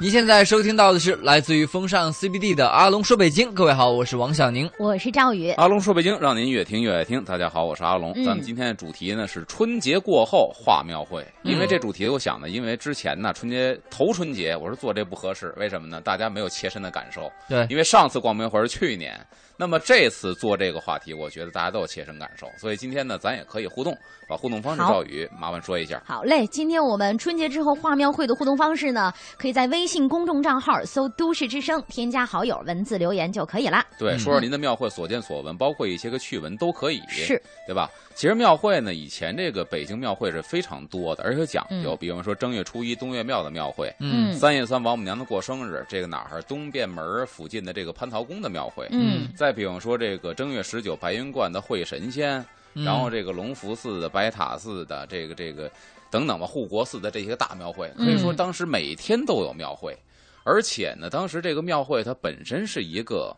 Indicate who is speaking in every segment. Speaker 1: 您现在收听到的是来自于风尚 CBD 的阿龙说北京。各位好，我是王小宁。
Speaker 2: 我是赵宇，
Speaker 3: 阿龙说北京，让您越听越爱听。大家好，我是阿龙。
Speaker 2: 嗯
Speaker 3: 咱们今天的主题呢是春节过后画庙会，因为这主题我想呢，因为之前呢春节头春节我是做这不合适，为什么呢？大家没有切身的感受，
Speaker 1: 对
Speaker 3: 因为上次逛庙会是去年，那么这次做这个话题，我觉得大家都有切身感受，所以今天呢咱也可以互动，把互动方式
Speaker 2: 好
Speaker 3: 赵宇麻烦说一下。
Speaker 2: 好嘞，今天我们春节之后画庙会的互动方式呢，可以在微信公众账号搜“都市之声”，添加好友，文字留言就可以啦。
Speaker 3: 对，
Speaker 1: 嗯
Speaker 3: 说说您的庙会所见所闻，包括一些个趣闻都可以，
Speaker 2: 是，
Speaker 3: 对吧？其实庙会呢，以前这个北京庙会是非常多的，而且有讲究，
Speaker 2: 嗯
Speaker 3: 比方说正月初一东岳庙的庙会，
Speaker 2: 嗯
Speaker 3: 三月三王母娘娘过生日，这个哪儿东便门儿附近的这个蟠桃宫的庙会，
Speaker 2: 嗯
Speaker 3: 再比方说这个正月十九白云观的会神仙，
Speaker 1: 嗯
Speaker 3: 然后这个龙福寺的、白塔寺的、这个这个等等吧，护国寺的这些大庙会，可以说
Speaker 2: 嗯
Speaker 3: 当时每天都有庙会，而且呢，当时这个庙会它本身是一个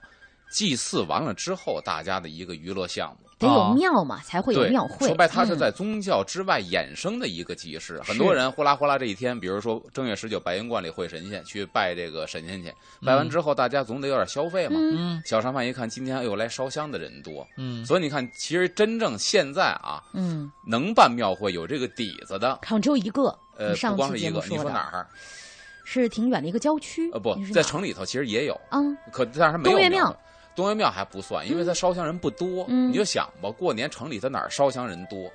Speaker 3: 祭祀完了之后大家的一个娱乐项目。
Speaker 2: 得
Speaker 1: 哦
Speaker 2: 有庙嘛，才会有
Speaker 3: 啊对，
Speaker 2: 庙会。
Speaker 3: 说白，它是
Speaker 2: 嗯
Speaker 3: 在宗教之外衍生的一个集市。很
Speaker 2: 是
Speaker 3: 多人呼啦呼啦这一天，比如说正月十九白云观里会神仙，去拜这个神仙去。拜完之后，大家总得有点消费嘛。
Speaker 2: 嗯
Speaker 1: 嗯
Speaker 3: 小商贩一看，今天又来烧香的人多，
Speaker 1: 嗯，
Speaker 3: 所以你看，其实真正现在啊，
Speaker 2: 嗯，
Speaker 3: 能办庙会有这个底子的，
Speaker 2: 好像只有一个。
Speaker 3: 呃
Speaker 2: 你，上
Speaker 3: 不光
Speaker 2: 次
Speaker 3: 是
Speaker 2: 节
Speaker 3: 一
Speaker 2: 目
Speaker 3: 个，你
Speaker 2: 说
Speaker 3: 说
Speaker 2: 的
Speaker 3: 哪儿？啊
Speaker 2: 是挺远的一个郊区，
Speaker 3: 呃，不
Speaker 2: 你是
Speaker 3: 在
Speaker 2: 哪儿
Speaker 3: 城里头，其实也有，
Speaker 2: 嗯
Speaker 3: 可但是没有
Speaker 2: 东岳
Speaker 3: 庙
Speaker 2: 庙
Speaker 3: 会。东岳庙还不算，因为它烧香人不多。
Speaker 2: 嗯
Speaker 3: 你就想吧，过年城里它哪儿烧香人多？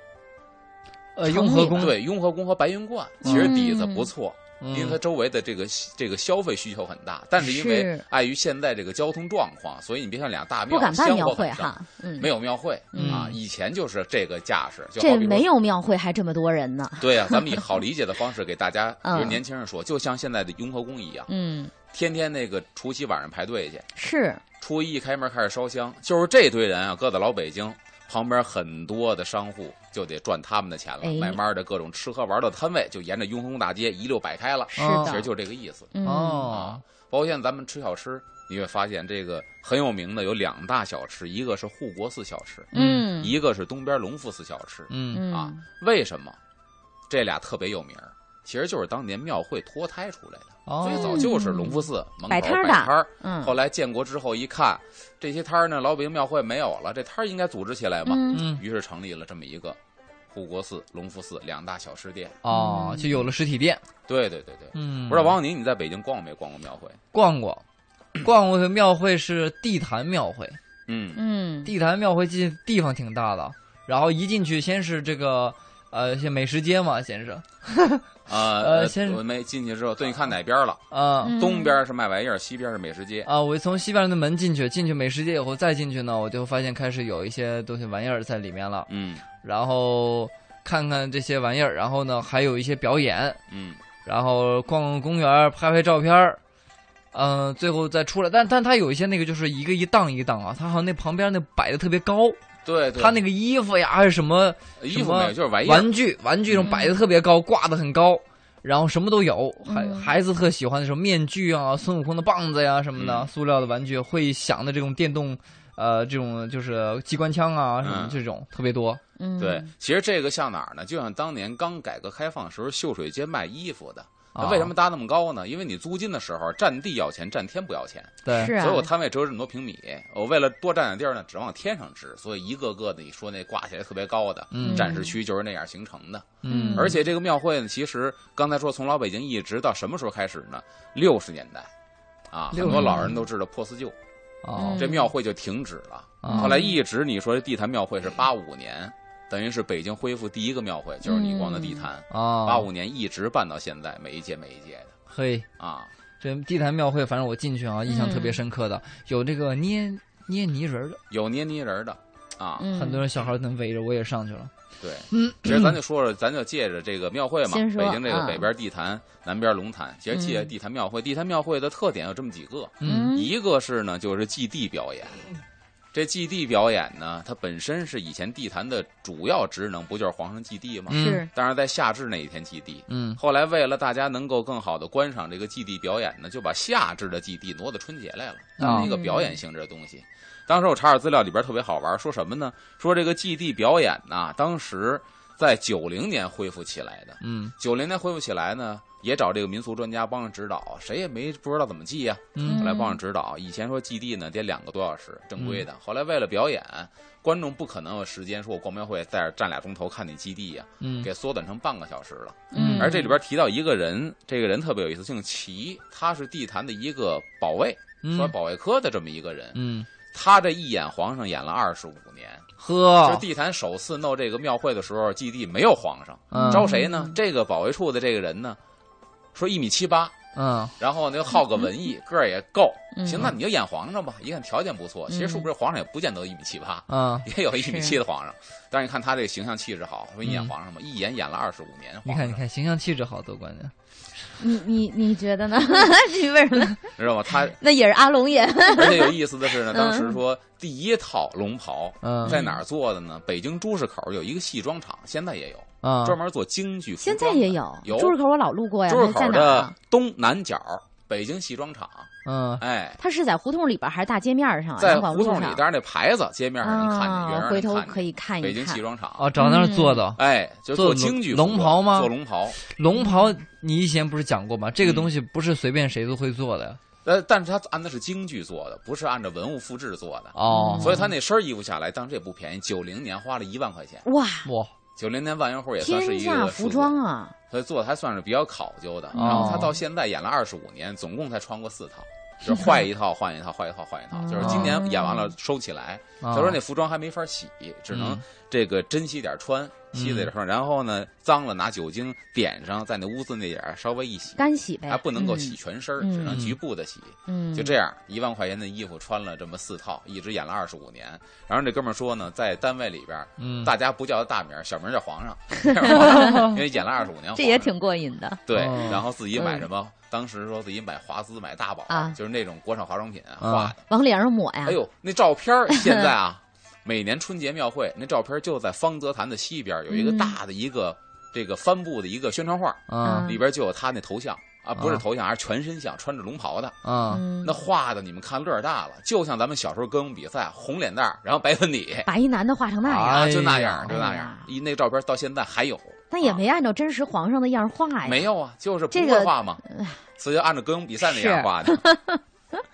Speaker 1: 呃，
Speaker 2: 城
Speaker 1: 雍
Speaker 2: 里
Speaker 1: 和宫，
Speaker 3: 对，雍和宫和白云观其实底子不错，
Speaker 1: 嗯
Speaker 3: 因为它周围的这个这个消费需求很大，但是因为
Speaker 2: 是
Speaker 3: 碍于现在这个交通状况，所以你别看俩大
Speaker 2: 不
Speaker 3: 庙
Speaker 2: 敢办
Speaker 3: 香
Speaker 2: 庙
Speaker 3: 火
Speaker 2: 会
Speaker 3: 很盛
Speaker 2: 哈，嗯，
Speaker 3: 没有庙会、
Speaker 2: 嗯
Speaker 3: 啊，以前就是这个架势，就好
Speaker 2: 这
Speaker 3: 比说
Speaker 2: 没。有庙会还这么多人呢，
Speaker 3: 对呀、咱们以好理解的方式给大 家，比
Speaker 2: 嗯
Speaker 3: 如年轻人说，就像现在的雍和宫一样，
Speaker 2: 嗯，
Speaker 3: 天天那个除夕晚上排队去，
Speaker 2: 是，
Speaker 3: 初一一开门开始烧香，就是这堆人啊，搁在老北京旁边很多的商户就得赚他们的钱了，
Speaker 2: 哎
Speaker 3: 慢慢的各种吃喝玩乐摊位就沿着雍和宫大街一溜摆开了，
Speaker 2: 是
Speaker 1: 哦
Speaker 2: 的，
Speaker 3: 啊其实就这个意思
Speaker 2: 嗯，
Speaker 1: 哦
Speaker 3: 啊，。包括现在咱们吃小吃，你会发现这个很有名的有两大小吃，一个是护国寺小吃，
Speaker 2: 嗯
Speaker 3: 一个是东边隆福寺小吃。
Speaker 1: 嗯
Speaker 2: 嗯
Speaker 3: 啊为什么这俩特别有名儿？其实就是当年庙会脱胎出来的，
Speaker 1: 哦，
Speaker 3: 最早就是隆福寺门口
Speaker 2: 摆
Speaker 3: 摆
Speaker 2: 摊儿的
Speaker 3: 摊儿。
Speaker 2: 嗯，
Speaker 3: 后来建国之后一看，这些摊儿呢，老北京庙会没有了，这摊儿应该组织起来嘛，
Speaker 2: 嗯
Speaker 1: 嗯
Speaker 3: 于是成立了这么一个护国寺、隆福寺两大小吃店。
Speaker 1: 哦，就有了实体店。
Speaker 3: 对对对对，
Speaker 1: 嗯，
Speaker 3: 嗯不知道王小宁你在北京逛过没逛过庙会？
Speaker 1: 逛过， 逛过的庙会是地坛庙会，
Speaker 3: 嗯
Speaker 2: 嗯，
Speaker 1: 地坛庙会进地方挺大的，然后一进去先是这个呃，先美食街嘛，先是
Speaker 3: 啊
Speaker 1: 呃先
Speaker 3: 我没进去之后，对，你看哪边了？
Speaker 1: 啊。
Speaker 2: 嗯
Speaker 3: 东边是卖玩意儿，西边是美食街。
Speaker 1: 啊，我从西边的门进去，进去美食街以后再进去呢，我就发现开始有一些东西玩意儿在里面了。
Speaker 3: 嗯
Speaker 1: 然后看看这些玩意儿，然后呢还有一些表演，
Speaker 3: 嗯，
Speaker 1: 然后逛逛公园，拍拍照片儿，嗯、最后再出来。但但他有一些那个就是一个一档一档啊，他好像那旁边那摆的特别高，
Speaker 3: 对对，
Speaker 1: 他那个衣服呀还是什么
Speaker 3: 衣
Speaker 1: 什
Speaker 3: 服
Speaker 1: 么
Speaker 3: 没有，就是玩意儿。
Speaker 1: 玩具玩具上
Speaker 2: 嗯
Speaker 1: 摆的特别高，挂的很高。然后什么都有，孩
Speaker 2: 嗯
Speaker 1: 孩子特喜欢的什么面具啊、孙悟空的棒子呀什么的，
Speaker 3: 嗯
Speaker 1: 塑料的玩具，会响的这种电动，呃，这种就是机关枪啊什么
Speaker 3: 嗯
Speaker 1: 这种、特别多。
Speaker 2: 嗯，
Speaker 3: 对，其实这个像哪儿呢？就像当年刚改革开放时候秀水街卖衣服的，那
Speaker 1: 啊
Speaker 3: 为什么搭那么高呢？因为你租金的时候占地要钱，占天不要钱，
Speaker 1: 对，
Speaker 2: 是啊，
Speaker 3: 所以我摊位只有这么多平米。我为了多占点地儿呢，只往天上支，所以一个个的你说那挂起来特别高的。
Speaker 1: 嗯
Speaker 3: 展示区就是那样形成的，
Speaker 1: 嗯，
Speaker 3: 而且这个庙会呢，其实刚才说从老北京一直到什么时候开始呢？六十年代，啊，
Speaker 1: 60
Speaker 3: 很多老人都知道破四旧，
Speaker 1: 哦
Speaker 2: 嗯
Speaker 3: 这庙会就停止了。
Speaker 1: 啊
Speaker 3: 嗯后来一直你说这地坛庙会
Speaker 2: 嗯
Speaker 3: 是八五年，等于是北京恢复第一个庙会，就是你逛的地
Speaker 2: 嗯
Speaker 3: 坛，
Speaker 1: 啊，
Speaker 3: 八五年一直办到现在，每一届每一届的
Speaker 1: 嘿，
Speaker 3: 啊。
Speaker 1: 这地坛庙会，反正我进去啊，印象特
Speaker 3: 嗯
Speaker 1: 别深刻的、有这个捏捏泥人儿的，
Speaker 3: 有捏泥人儿的啊，
Speaker 2: 嗯
Speaker 1: 很多人小孩儿能围着，我也上去了。嗯
Speaker 3: 对，其实咱就说说，咱就借着这个庙会嘛，
Speaker 2: 先说
Speaker 3: 北京这个
Speaker 2: 嗯
Speaker 3: 北边地坛，南边龙潭，其实借着地坛庙会，地坛庙会的特点有这么几个，
Speaker 1: 嗯
Speaker 2: 嗯
Speaker 3: 一个是呢就是祭地表演。这祭地表演呢，它本身是以前地坛的主要职能，不就是皇上祭地吗？
Speaker 1: 嗯
Speaker 2: 是，
Speaker 3: 当然，在夏至那一天祭地。
Speaker 1: 嗯
Speaker 3: 后来，为了大家能够更好的观赏这个祭地表演呢，就把夏至的祭地挪到春节来了，
Speaker 1: 啊
Speaker 3: 当成一个表演性质的东西。当时我查点资料，里边特别好玩，说什么呢？说这个祭地表演呐，当时在九零年恢复起来的。
Speaker 1: 嗯
Speaker 3: 九零年恢复起来呢，也找这个民俗专家帮着指导，谁也没不知道怎么祭呀、
Speaker 1: 嗯
Speaker 3: 后来帮着指导。以前说祭地呢得两个多小时，正规
Speaker 1: 嗯
Speaker 3: 的。后来为了表演，观众不可能有时间说我逛庙会在这儿站俩钟头看你祭地呀、
Speaker 1: 嗯
Speaker 3: 给缩短成半个小时了。
Speaker 2: 嗯
Speaker 3: 而这里边提到一个人，这个人特别有意思，姓齐，他是地坛的一个保卫，
Speaker 1: 嗯
Speaker 3: 说保卫科的这么一个人。
Speaker 1: 嗯，
Speaker 3: 他这一演皇上演了二十五年，就是
Speaker 1: 呵，
Speaker 3: 地坛首次闹这个庙会的时候，祭地没有皇上，
Speaker 1: 嗯
Speaker 3: 招谁呢？这个保卫处的这个人呢，说一米七八，
Speaker 1: 嗯
Speaker 3: 然后呢又好个文艺，个儿也够，
Speaker 2: 嗯
Speaker 3: 行，那你就演皇上吧。一看条件不错，其实是不是皇上也不见得一米七八，
Speaker 1: 嗯，
Speaker 3: 也有一米七的皇上，但是你看他这个形象气质好，说你演皇上吧，一演演了二十五年
Speaker 1: 嗯你
Speaker 3: 皇
Speaker 1: 看你
Speaker 3: 上，
Speaker 1: 看，形象气质好多关键。
Speaker 2: 你你你觉得 呢？是为什么？
Speaker 3: 知道吗？他
Speaker 2: 那也是阿龙 演，
Speaker 3: 而且有意思 的是呢，当
Speaker 2: 嗯
Speaker 3: 时说第一套龙袍
Speaker 1: 嗯
Speaker 3: 在哪儿做的呢？北京朱市口有一个戏装厂，现在也有。
Speaker 1: 啊，
Speaker 3: 专门做京剧服装
Speaker 2: 现
Speaker 3: 的，
Speaker 2: 在也有
Speaker 3: 有
Speaker 2: 朱市口，我老路过呀，
Speaker 3: 朱
Speaker 2: 那
Speaker 3: 市
Speaker 2: 在
Speaker 3: 口
Speaker 2: 哪儿啊
Speaker 3: 的？东南角北京戏装厂，
Speaker 1: 嗯
Speaker 3: 哎，
Speaker 2: 它是在胡同里边还是大街面上啊？
Speaker 3: 在
Speaker 2: 杨广
Speaker 3: 胡
Speaker 2: 路
Speaker 3: 同里
Speaker 2: 上，
Speaker 3: 当然那牌子街面上能看见，远
Speaker 2: 啊，
Speaker 3: 远
Speaker 2: 回
Speaker 3: 能
Speaker 2: 头
Speaker 3: 看见
Speaker 2: 可以看
Speaker 3: 北
Speaker 2: 一
Speaker 3: 京戏
Speaker 2: 看。
Speaker 3: 装厂，
Speaker 1: 哦，找那儿做的
Speaker 3: 哎，就是
Speaker 1: 做
Speaker 3: 做
Speaker 1: 龙
Speaker 3: 京剧服
Speaker 1: 龙
Speaker 3: 装
Speaker 1: 袍吗
Speaker 3: 做龙袍，
Speaker 1: 龙袍，你以前不是讲过吗？这个
Speaker 3: 嗯
Speaker 1: 东西不是随便谁都会做的
Speaker 3: 呃，但是他按的是京剧做的，不是按照文物复制做的。
Speaker 1: 哦。
Speaker 3: 嗯所以他那身衣服下来，当时也不便宜，九零年花了一万块钱。
Speaker 2: 哇，
Speaker 1: 哇，
Speaker 3: 九零年万元户也算是
Speaker 2: 天
Speaker 3: 一
Speaker 2: 价
Speaker 3: 个
Speaker 2: 服
Speaker 3: 数字，
Speaker 2: 装啊！
Speaker 3: 所以做的还算是比较考究的。
Speaker 1: 哦
Speaker 3: 然后他到现在演了二十五年，总共才穿过四套，就是换一套换一套换一套换一套，
Speaker 2: 哦
Speaker 3: 就是今年演完了收起来。
Speaker 1: 他
Speaker 3: 他说那服装还没法洗，只
Speaker 2: 嗯
Speaker 3: 能这个珍惜点穿，惜着点穿。然后呢，脏了拿酒精点上，在那污渍那点儿稍微一洗，
Speaker 2: 干洗呗，
Speaker 3: 还不能够洗全身儿，
Speaker 2: 嗯
Speaker 3: 只能局部的洗。
Speaker 2: 嗯，嗯，
Speaker 3: 就这样，一万块钱的衣服穿了这么四套，一直演了二十五年。然后这哥们儿说呢，在单位里边儿，
Speaker 1: 嗯
Speaker 3: 大家不叫他大名儿，小名儿叫皇 上，因为演了二十五年。
Speaker 2: 这也挺过瘾的。
Speaker 3: 对，
Speaker 1: 哦
Speaker 3: 然后自己买什么？当时说自己买华资、买大宝
Speaker 2: 啊，
Speaker 3: 就是那种国产化妆品
Speaker 1: 嗯
Speaker 3: 画的。
Speaker 2: 往脸上抹呀，
Speaker 3: 哎呦，那照 片儿现在啊，每年春节庙会那照片儿就在方泽坛的西边儿有一个
Speaker 2: 嗯
Speaker 3: 大的一个这个帆布的一个宣传画，
Speaker 1: 啊
Speaker 2: 嗯
Speaker 3: 里边就有他那头像啊，不是
Speaker 1: 啊
Speaker 3: 头像，而是全身像，穿着龙袍的。
Speaker 1: 啊
Speaker 2: 嗯，
Speaker 3: 那画的你们看乐儿大了，就像咱们小时候歌咏比赛，红脸蛋儿，然后白 粉底，
Speaker 2: 把一男的画成那样，
Speaker 1: 哎
Speaker 3: 啊，
Speaker 1: 呀
Speaker 3: 就那样儿，就那
Speaker 2: 哎
Speaker 3: 样
Speaker 2: 呀
Speaker 3: 儿。一那照片到现在还有，
Speaker 2: 但也
Speaker 3: 啊
Speaker 2: 没按照真实皇上的样儿画呀。
Speaker 3: 没有啊，就是不
Speaker 2: 这
Speaker 3: 会
Speaker 2: 个
Speaker 3: 画嘛，所以就按照歌咏比赛那样
Speaker 2: 是
Speaker 3: 画的。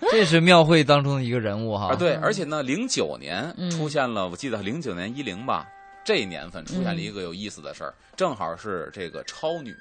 Speaker 1: 这是庙会当中的一个人物哈
Speaker 3: 啊，。对，而且呢，零九年
Speaker 2: 嗯
Speaker 3: 出现了，我记得零九年一零吧，这年份出现
Speaker 2: 嗯
Speaker 3: 了一个有意思的事儿，正好是这个超女，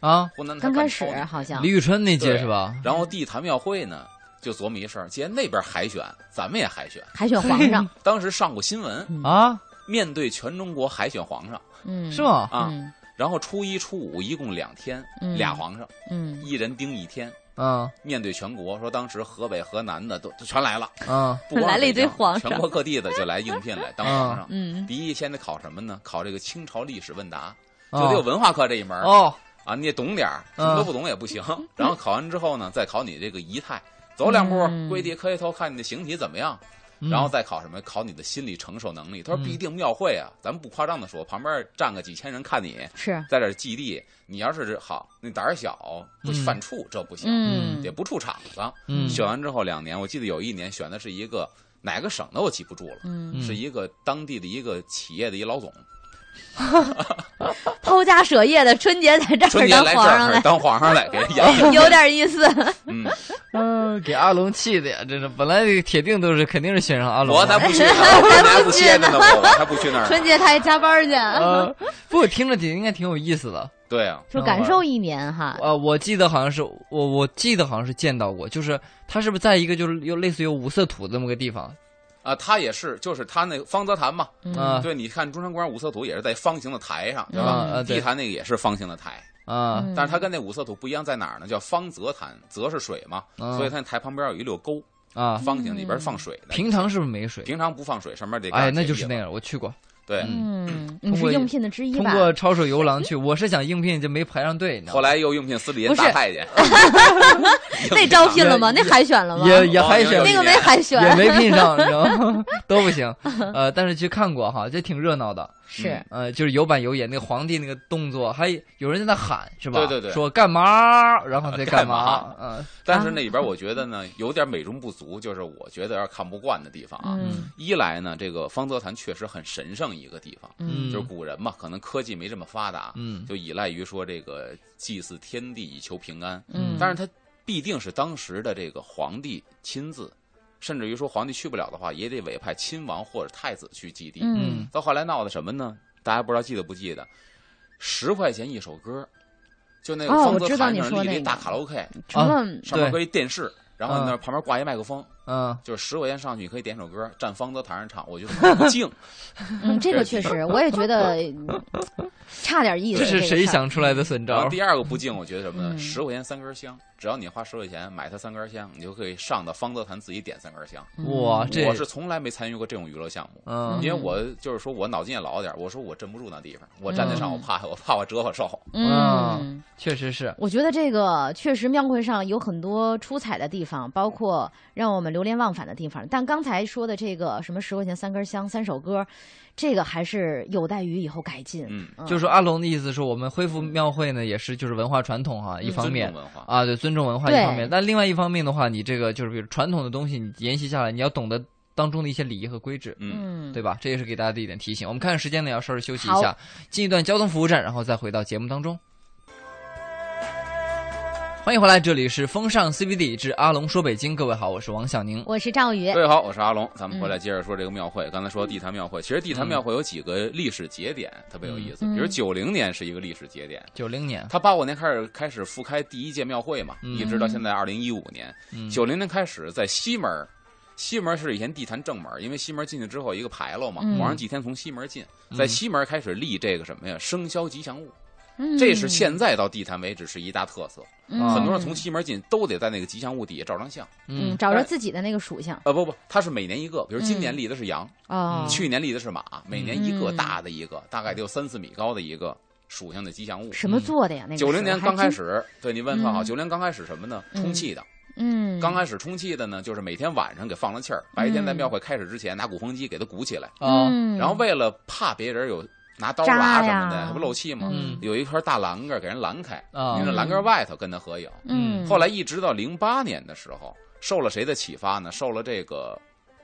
Speaker 1: 啊，
Speaker 3: 湖南台
Speaker 2: 刚
Speaker 3: 办
Speaker 2: 开始
Speaker 3: 超女
Speaker 2: 好像
Speaker 1: 李，宇春那届
Speaker 3: 对
Speaker 1: 是吧？
Speaker 3: 然后地坛庙会呢，就琢磨一事儿，既然那边海选，咱们也海选。
Speaker 2: 还选皇上，
Speaker 3: 当时上过新闻，
Speaker 1: 啊，
Speaker 3: 面对全中国海选皇上
Speaker 2: 嗯，
Speaker 1: 是？吗？
Speaker 3: 啊，
Speaker 2: 嗯
Speaker 3: 然后初一初五一共两天，
Speaker 2: 嗯
Speaker 3: 俩皇上，
Speaker 2: 嗯，
Speaker 3: 一人盯一天。
Speaker 1: 嗯
Speaker 3: 面对全国，说当时河北、河南的都都 全来了，
Speaker 1: 嗯
Speaker 3: 不光是
Speaker 2: 来了一堆
Speaker 3: 北京
Speaker 2: 皇上
Speaker 3: 全国各地的就来应聘来当皇上。
Speaker 2: 嗯，
Speaker 3: 第一，现在考什么呢？考这个清朝历史问答，就
Speaker 1: 哦
Speaker 3: 得有文化课这一门儿
Speaker 1: 哦，嗯
Speaker 3: 啊，你也懂点儿，什么都不懂也不行。然后考完之后呢，再考你这个仪态，走两步
Speaker 2: 嗯，
Speaker 3: 跪地磕一头，看你的形体怎么样。
Speaker 1: 嗯
Speaker 3: 然后再考什么？考你的心理承受能力。他
Speaker 1: 嗯
Speaker 3: 说必定庙会啊，咱们不夸张的说，旁边站个几千人看你，
Speaker 2: 是，
Speaker 3: 在这儿祭地，你要是好，那胆儿小不
Speaker 1: 嗯
Speaker 3: 犯怵，这不行，
Speaker 2: 嗯
Speaker 3: 得，不怵场子。
Speaker 1: 嗯
Speaker 3: 选完之后两年，我记得有一年选的是一个哪个省的我记不住了，
Speaker 2: 嗯，
Speaker 1: 嗯
Speaker 3: 是一个当地的一个企业的一老总，
Speaker 2: 抛家舍业的春节在这
Speaker 3: 春
Speaker 2: 儿
Speaker 3: 节
Speaker 2: 当
Speaker 3: 来这
Speaker 2: 皇上
Speaker 3: 儿
Speaker 2: 来，
Speaker 3: 当皇上来给人 演演，
Speaker 2: 有点意思。
Speaker 1: 啊
Speaker 3: 嗯，
Speaker 1: 嗯，给阿龙气的呀，真是，本来铁定都是肯定是选上阿龙
Speaker 3: 我
Speaker 1: 了。
Speaker 3: 才 不去呢，我才不接着呢，我我才不去那儿
Speaker 2: 春
Speaker 3: 呢。
Speaker 2: 节他还加班去，
Speaker 1: 呃，不过听着挺应该挺有意思的。
Speaker 3: 对啊，
Speaker 2: 说感受一年哈，
Speaker 1: 呃，我记得好像是我我记得好像是见到过，就是他是不是在一个就是又类似于五色土这么个地方？
Speaker 3: 啊，他也是，就是他那方泽坛嘛，
Speaker 1: 啊
Speaker 3: 对，你看中山公园五色土也是在方形的台上，对
Speaker 1: 啊
Speaker 3: 吧？
Speaker 1: 啊
Speaker 3: 嗯地
Speaker 1: 对
Speaker 3: 坛那个也是方形的台，
Speaker 1: 啊
Speaker 2: 嗯
Speaker 3: 但是它跟那五色土不一样，在哪儿呢？叫方泽坛，泽是水嘛，
Speaker 1: 嗯
Speaker 3: 所以它那台旁边有一溜沟，
Speaker 1: 啊！
Speaker 3: 方形里边
Speaker 2: 嗯
Speaker 3: 放水的。
Speaker 1: 平常是不是没水？
Speaker 3: 平常不放水，上面得
Speaker 1: 哎，
Speaker 3: 盖
Speaker 1: 那
Speaker 3: 铁
Speaker 1: 就是
Speaker 3: 皮
Speaker 1: 那
Speaker 3: 了
Speaker 1: 样，我去过，
Speaker 3: 对，
Speaker 2: 嗯，
Speaker 1: 通
Speaker 2: 你
Speaker 1: 过
Speaker 2: 是应聘的之一
Speaker 1: 通
Speaker 2: 吧？
Speaker 1: 过抄手游廊去。我是想应聘，就没排上队，你知道
Speaker 3: 后
Speaker 1: 吗？
Speaker 3: 来又应聘司礼监
Speaker 2: 不是
Speaker 3: 大太监，
Speaker 2: 那招聘了吗？
Speaker 1: 也
Speaker 2: 那海选了吗？
Speaker 1: 也也海选
Speaker 3: 哦
Speaker 2: 那个没海选，
Speaker 1: 也没聘上，你知道 吗？都不行。呃，但是去看过哈，这挺热闹的。
Speaker 2: 是，
Speaker 1: 呃，就是有板有眼，那个皇帝那个动作，还有人在那喊，是吧？
Speaker 3: 对对对
Speaker 1: 说干嘛？然后再
Speaker 3: 干
Speaker 1: 嘛
Speaker 3: 嘛？
Speaker 1: 嗯
Speaker 3: 但
Speaker 2: 啊
Speaker 3: 是那里边我觉得呢，有点美中不足，就是我觉得有点看不惯的地方啊。
Speaker 2: 嗯
Speaker 3: 一来呢，这个方泽坛确实很神圣另一个地方。
Speaker 1: 嗯
Speaker 3: 就是古人嘛，可能科技没这么发达，
Speaker 1: 嗯
Speaker 3: 就依赖于说这个祭祀天地以求平安。
Speaker 2: 嗯，
Speaker 3: 但是他必定是当时的这个皇帝亲自，甚至于说皇帝去不了的话，也得委派亲王或者太子去祭地。
Speaker 1: 啊
Speaker 2: 嗯
Speaker 3: 到后来闹的什么呢？大家不知道记得不记得？十块钱一首歌，就那个
Speaker 2: 哦
Speaker 3: 方
Speaker 2: 我
Speaker 3: 泽
Speaker 2: 知道
Speaker 3: 坛
Speaker 2: 你
Speaker 3: 上
Speaker 2: 说
Speaker 3: 立了
Speaker 2: 那
Speaker 3: 一
Speaker 2: 个
Speaker 3: 大卡拉 OK，、
Speaker 2: 除了
Speaker 3: 上面
Speaker 1: 对
Speaker 3: 搁一电视，然后
Speaker 1: 嗯
Speaker 3: 那旁边挂一麦克风，
Speaker 1: 嗯，
Speaker 3: 就是十块钱上去你可以点首歌，站方泽坛上唱，我觉得很 静。
Speaker 2: 嗯，这个确实，我也觉得 差点意
Speaker 1: 嗯
Speaker 2: 思。
Speaker 1: 这是
Speaker 2: 个
Speaker 1: 谁
Speaker 2: 事儿
Speaker 1: 想出来的损
Speaker 3: 然
Speaker 1: 招
Speaker 3: 后？第二个不敬，我觉得什么呢？
Speaker 2: 嗯
Speaker 3: 十块钱三根香，只要你花十块钱买它三根香，你就可以上到方泽坛自己点三根香。
Speaker 2: 嗯
Speaker 1: 哇，这
Speaker 3: 我是从来没参与过这种娱乐项目，
Speaker 1: 嗯
Speaker 3: 因为我就是说我脑筋也老点儿，我说我镇不住那地方，我站得上我
Speaker 1: 嗯
Speaker 3: 怕我怕我折我手。
Speaker 2: 嗯，
Speaker 1: 确实是，
Speaker 2: 我觉得这个确实庙会上有很多出彩的地方，包括让我们流连忘返的地方。但刚才说的这个什么十块钱三根香、三首歌，这个还是有待于以后改进。
Speaker 3: 嗯，
Speaker 1: 就是说阿龙的意思是我们恢复庙会呢，也是就是文化传统哈、一
Speaker 2: 嗯
Speaker 1: 方
Speaker 3: 尊重
Speaker 1: 面。
Speaker 3: 文化，
Speaker 1: 啊，对，尊重文化一
Speaker 2: 对
Speaker 1: 方面，但另外一方面的话，你这个就是比如传统的东西，你沿袭下来，你要懂得当中的一些礼仪和规制，
Speaker 3: 嗯，
Speaker 2: 嗯，
Speaker 1: 对吧？这也是给大家的一点提醒。我们看看时间呢，要稍事休息一
Speaker 2: 好
Speaker 1: 下，进一段交通服务站，然后再回到节目当中。欢迎回来，这里是风尚 CBD 之阿龙说北京，各位好，我是王小宁。
Speaker 2: 我是赵宇
Speaker 3: 各，位好，我是阿龙，咱们
Speaker 1: 嗯
Speaker 3: 回来接着说这个庙会。刚才说地坛庙会，其实地坛庙会有几个历史节点特别有意思，
Speaker 2: 嗯
Speaker 3: 比如九零年是一个历史节点，
Speaker 1: 九零年，
Speaker 3: 他八五年开始开始复开第一届庙会嘛，
Speaker 1: 嗯
Speaker 3: 一直到现在二零一五年
Speaker 1: 嗯，
Speaker 3: 九零、年开始在西门儿，西门儿是以前地坛正门儿，因为西门儿进去之后一个牌楼嘛，
Speaker 2: 嗯
Speaker 3: 皇上祭天从西门儿进，
Speaker 1: 嗯
Speaker 3: 在西门儿开始立这个什么呀，生肖吉祥物，
Speaker 2: 嗯
Speaker 3: 这是现在到地坛为止是一大特色，
Speaker 1: 啊
Speaker 3: 很多人从西门儿进都得在那个吉祥物底下照张相，
Speaker 2: 嗯
Speaker 1: 嗯
Speaker 2: 找着自己的那个属性
Speaker 3: 呃不不，它是每年一个，比如今年
Speaker 2: 嗯
Speaker 3: 立的是羊，
Speaker 2: 哦，
Speaker 3: 嗯去年立的是马，每年一个
Speaker 2: 嗯
Speaker 3: 大的一个，大概得有三四米高的一个属相的吉祥物。
Speaker 2: 什么做的呀？那个
Speaker 3: 嗯九零年刚开
Speaker 2: 时
Speaker 3: 始，对您问特好。
Speaker 2: 嗯
Speaker 3: 九零年刚开始什么呢？
Speaker 2: 嗯
Speaker 3: 充气的。
Speaker 2: 候还真，嗯，
Speaker 3: 刚开始充气的呢，就是每天晚上给放了气儿，白天在庙会开始之前拿鼓风机给它鼓起来，
Speaker 1: 啊，
Speaker 2: 嗯
Speaker 3: 哦然后为了怕别人有拿刀
Speaker 2: 扎
Speaker 3: 剌什
Speaker 2: 呀
Speaker 3: 么的，它不漏气吗？
Speaker 1: 嗯
Speaker 3: 有一块大栏杆儿给人拦开，
Speaker 2: 哦
Speaker 1: 啊
Speaker 3: 您这栏杆儿外头跟他合影。
Speaker 2: 嗯，
Speaker 3: 后来一直到零八年的时候，受了谁的启发呢？受了这个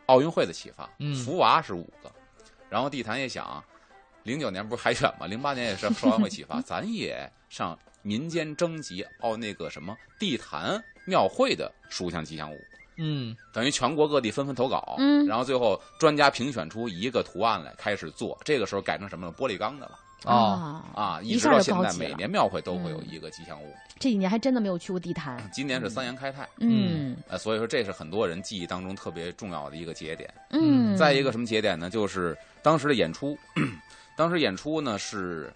Speaker 3: 奥运会的启发，
Speaker 1: 嗯
Speaker 3: 福娃是五个，然后地坛也想，零九年不是还远吗？零八年也是受奥运会启
Speaker 2: 嗯
Speaker 3: 发，咱也上民间征集奥那个什么地坛庙会的属相吉祥物。
Speaker 1: 嗯
Speaker 3: 等于全国各地纷纷投稿，
Speaker 2: 嗯
Speaker 3: 然后最后专家评选出一个图案来开始做。这个时候改成什么了？玻璃缸的了
Speaker 2: 哦
Speaker 1: 啊，
Speaker 3: 啊！
Speaker 2: 一
Speaker 3: 一直
Speaker 2: 下
Speaker 3: 到
Speaker 2: 就
Speaker 3: 现
Speaker 2: 高
Speaker 3: 在，
Speaker 2: 级
Speaker 3: 每
Speaker 2: 了
Speaker 3: 年庙会都会有一个吉祥物。
Speaker 2: 这几年还真的没有去过地坛，
Speaker 3: 今年是三阳开泰，
Speaker 2: 嗯
Speaker 3: 呃，所以说这是很多人记忆当中特别重要的一个节点。
Speaker 2: 嗯，
Speaker 3: 再一个什么节点呢？就是当时的演出， 当时演出呢是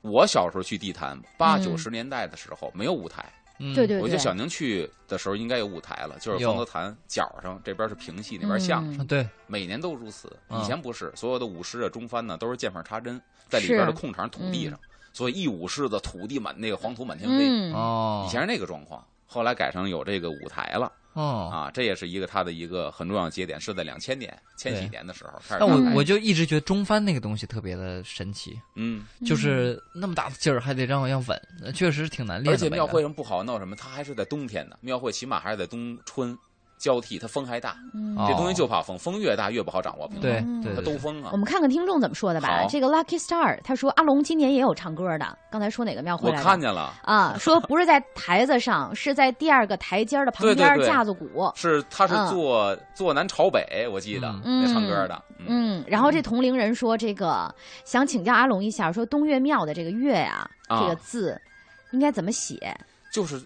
Speaker 3: 我小时候去地坛八
Speaker 2: 嗯
Speaker 3: 九十年代的时候没有舞台，
Speaker 1: 嗯
Speaker 2: 对对对，
Speaker 3: 我记得小宁去的时候应该有舞台了，就是
Speaker 1: 有
Speaker 3: 方泽坛角上这边是评戏，那边相声，
Speaker 2: 嗯
Speaker 1: 啊对，
Speaker 3: 每年都如此。
Speaker 1: 嗯
Speaker 3: 以前不是，所有的舞狮啊、中翻呢都是见缝插针，在里边的空场土地上，所以一舞狮子土地满那个黄土满天飞。
Speaker 2: 嗯
Speaker 1: 哦，
Speaker 3: 以前是那个状况，后来改成有这个舞台了。
Speaker 1: 哦，
Speaker 2: 嗯
Speaker 3: 啊，这也是一个它的一个很重要的节点，是在两千年千禧
Speaker 1: 对
Speaker 3: 年的时候开始
Speaker 1: 但
Speaker 3: 发
Speaker 1: 我
Speaker 3: 展
Speaker 2: 嗯
Speaker 1: 我就一直觉得中翻那个东西特别的神奇，
Speaker 3: 嗯，
Speaker 1: 就是那么大的劲儿，还得让要稳，呃确实挺难练的。
Speaker 3: 而且庙会
Speaker 1: 本来
Speaker 3: 上不好闹什么，它还是在冬天呢，庙会起码还是在冬春交替，它风还大，
Speaker 2: 嗯
Speaker 1: 哦
Speaker 3: 这东西就怕风，风越大越不好掌握平衡，
Speaker 1: 对
Speaker 2: 嗯
Speaker 1: 对
Speaker 3: 它
Speaker 1: 对
Speaker 3: 兜
Speaker 1: 对，
Speaker 3: 风啊
Speaker 2: 我。们看看听众怎么说的吧。
Speaker 3: 好
Speaker 2: 这个 Lucky Star 他说阿龙今年也有唱歌的，刚才说哪个庙会
Speaker 3: 我
Speaker 2: 来着？
Speaker 3: 看见了，
Speaker 2: 啊，说不是在台子上，是在第二个台阶儿的旁
Speaker 3: 对对
Speaker 2: 边儿
Speaker 3: 对
Speaker 2: 架子鼓。
Speaker 3: 是他是
Speaker 2: 嗯
Speaker 3: 坐坐南朝北，我记得
Speaker 2: 嗯
Speaker 3: 那唱歌的，嗯，
Speaker 2: 嗯，然后这同龄人说这个想请教阿龙一下，说东岳庙的这个岳呀、
Speaker 3: 啊
Speaker 2: 这个字应该怎么写？
Speaker 3: 就是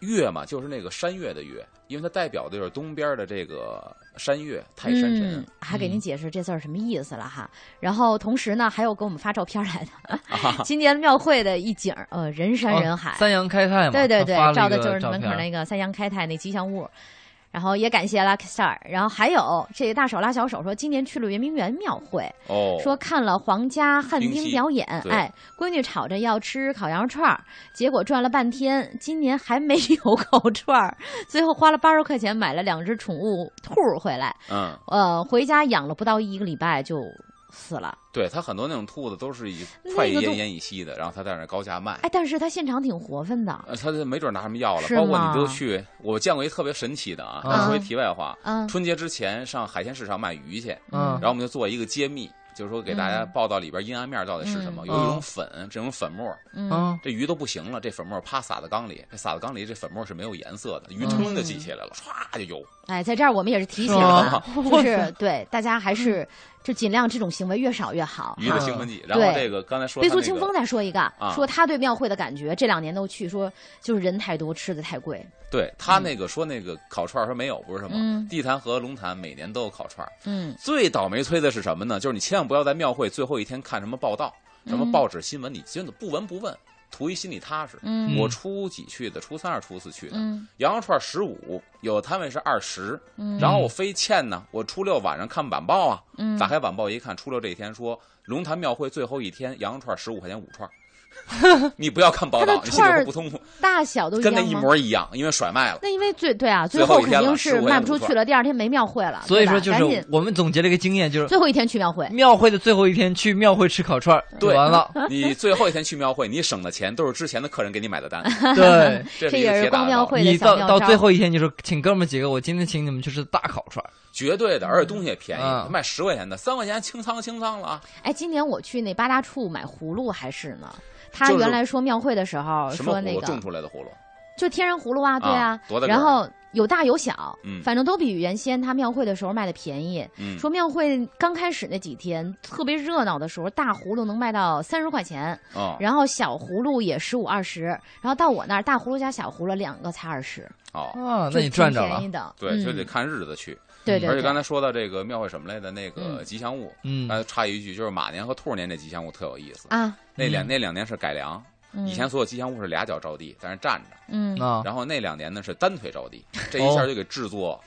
Speaker 3: 岳嘛，就是那个山岳的岳，因为它代表的就是东边的这个山岳泰山神
Speaker 2: 嗯，还给您解释这字儿什么意思了哈。然后同时呢，还有给我们发照片来的，
Speaker 3: 啊，
Speaker 2: 今年庙会的一景儿，呃，人山人海。
Speaker 1: 哦三阳开泰嘛，
Speaker 2: 对对
Speaker 1: 他
Speaker 2: 对
Speaker 1: 发了，一
Speaker 2: 照的
Speaker 1: 个
Speaker 2: 就是
Speaker 1: 照
Speaker 2: 门口
Speaker 1: 片
Speaker 2: 那个三阳开泰那吉祥物。然后也感谢 Lucky Star，然后还有这大手拉小手说，今年去了圆明园庙会，
Speaker 3: 哦，
Speaker 2: 说看了皇家旱
Speaker 3: 冰
Speaker 2: 冰
Speaker 3: 激
Speaker 2: 表演，
Speaker 3: 对
Speaker 2: 哎，闺女吵着要吃烤羊肉串儿，结果转了半天，今年还没有烤串儿，最后花了八十块钱买了两只宠物兔儿回来，
Speaker 3: 嗯，
Speaker 2: 呃，回家养了不到一个礼拜就死了。
Speaker 3: 对，它很多那种兔子都是以
Speaker 2: 那
Speaker 3: 快
Speaker 2: 个
Speaker 3: 奄
Speaker 2: 都
Speaker 3: 奄一息的，然后它在那儿高价卖。
Speaker 2: 哎，但是他现场挺活泛的，
Speaker 3: 呃，他这没准拿什么药了，
Speaker 2: 是
Speaker 3: 包括
Speaker 2: 吗
Speaker 3: 你都去，我见过一特别神奇的啊。
Speaker 1: 啊
Speaker 3: 说一题外话，
Speaker 2: 嗯
Speaker 3: 春节之前上海鲜市场买鱼去，
Speaker 1: 嗯
Speaker 3: 然后我们就做一个揭秘，就是说给大家
Speaker 2: 嗯
Speaker 3: 报道里边阴暗面到底是什么。
Speaker 2: 嗯
Speaker 3: 有一
Speaker 1: 哦
Speaker 3: 种粉，这种粉末，
Speaker 2: 嗯
Speaker 1: 啊，
Speaker 3: 这鱼都不行了，这粉末啪撒到缸里，这撒到缸里，这粉末是没有颜色的，鱼
Speaker 2: 嗯
Speaker 3: 腾就挤起来了，唰就游。
Speaker 2: 哎，在这儿我们也是提醒 啊，就是对大家还是
Speaker 3: 嗯
Speaker 2: 就尽量这种行为越少越好。
Speaker 3: 鱼的兴奋剂。然后这个刚才说
Speaker 2: 贝
Speaker 3: 他
Speaker 2: 苏
Speaker 3: 那
Speaker 2: 清风
Speaker 3: 个，
Speaker 2: 再说一个，
Speaker 3: 啊
Speaker 2: 说他对庙会的感觉，这两年都去，说就是人太多，吃的太贵。
Speaker 3: 对他那个说那个烤串儿说没有，不是什么
Speaker 2: 嗯。
Speaker 3: 地坛和龙潭每年都有烤串儿。
Speaker 2: 嗯
Speaker 3: 最倒霉催的是什么呢？就是你千万不要在庙会最后一天看什么报道、什么报纸新闻，你真的不闻不问，图一心里踏实。
Speaker 2: 嗯嗯
Speaker 3: 我初几去的？初三还是初四去的？
Speaker 2: 嗯
Speaker 3: 羊肉串十五，有的摊位是二十，
Speaker 2: 嗯
Speaker 3: 然后我非欠呢，我初六晚上看晚报啊，
Speaker 2: 嗯
Speaker 3: 打开晚报一看，初六这一天说龙潭庙会最后一天，羊肉串十五块钱五串儿， 你不要看报
Speaker 2: 它的
Speaker 3: 道，你心里
Speaker 2: 串
Speaker 3: 会
Speaker 2: 儿
Speaker 3: 不通过，
Speaker 2: 大小都一
Speaker 3: 跟那
Speaker 2: 样
Speaker 3: 一
Speaker 2: 吗？
Speaker 3: 模一样，因为甩卖了。
Speaker 2: 那因为最对啊，最
Speaker 3: 最后
Speaker 2: 后
Speaker 3: 一
Speaker 2: 肯
Speaker 3: 天
Speaker 2: 定
Speaker 3: 了
Speaker 2: 是
Speaker 3: 15
Speaker 2: 卖不出
Speaker 3: 块
Speaker 2: 去了，第二天没庙会了。
Speaker 1: 所以
Speaker 2: 对吧
Speaker 1: 说就
Speaker 2: 赶紧
Speaker 1: 是我们总结了一个经验，就是
Speaker 2: 最后一天去庙会。
Speaker 1: 庙会的最后一天去庙会吃烤串儿，
Speaker 3: 对
Speaker 1: 完 了，
Speaker 3: 你最后一天去庙会，你省的钱都是之前的客人给你买的 单，
Speaker 1: 对。
Speaker 2: 这
Speaker 3: 这是一个
Speaker 2: 也是
Speaker 3: 铁打
Speaker 2: 光
Speaker 3: 的
Speaker 2: 庙
Speaker 3: 道理
Speaker 2: 会的
Speaker 1: 你
Speaker 2: 小
Speaker 1: 到
Speaker 2: 妙
Speaker 1: 到
Speaker 2: 招
Speaker 1: 最后一天，你说请哥们儿几个，我今天请你们去吃大烤串儿，
Speaker 3: 绝对的，而且东西也便宜，
Speaker 1: 嗯
Speaker 3: 卖十块钱的，三块钱清仓清仓了啊！
Speaker 2: 哎，今年我去那八大处买葫芦还是呢。他
Speaker 3: 就是
Speaker 2: 原来说庙会的时候
Speaker 3: 什么
Speaker 2: 哦说
Speaker 3: 葫
Speaker 2: 那
Speaker 3: 芦种
Speaker 2: 个
Speaker 3: 出来的葫芦，
Speaker 2: 就天然葫芦啊，对
Speaker 3: 啊多大个儿
Speaker 2: 然后有大有小，
Speaker 3: 嗯
Speaker 2: 反正都比原先他庙会的时候卖的便宜。
Speaker 3: 嗯，
Speaker 2: 说庙会刚开始那几天特别热闹的时候，大葫芦能卖到三十块钱，
Speaker 3: 哦
Speaker 2: 然后小葫芦也十五二十，然后到我那儿大葫芦加小葫芦两个才二十，
Speaker 3: 哦，
Speaker 1: 啊，
Speaker 2: 就
Speaker 1: 那你赚
Speaker 2: 挺
Speaker 1: 着了
Speaker 2: 便宜，的，
Speaker 3: 对，就得
Speaker 2: 嗯
Speaker 3: 看日子去。
Speaker 2: 对对，
Speaker 3: 而且刚
Speaker 2: 对
Speaker 3: 才说到这个庙会什么来的那个
Speaker 2: 嗯
Speaker 3: 吉祥物，
Speaker 1: 嗯
Speaker 3: 刚才插一句，就是马年和兔年这吉祥物特有意思。
Speaker 2: 啊，
Speaker 3: 那两
Speaker 1: 嗯
Speaker 3: 那两年是改良，
Speaker 2: 嗯
Speaker 3: 以前所有吉祥物是俩脚着地，但是站着，
Speaker 2: 嗯
Speaker 1: 啊
Speaker 3: 然后那两年呢是单腿着地，
Speaker 2: 哦
Speaker 3: 这一下就给制作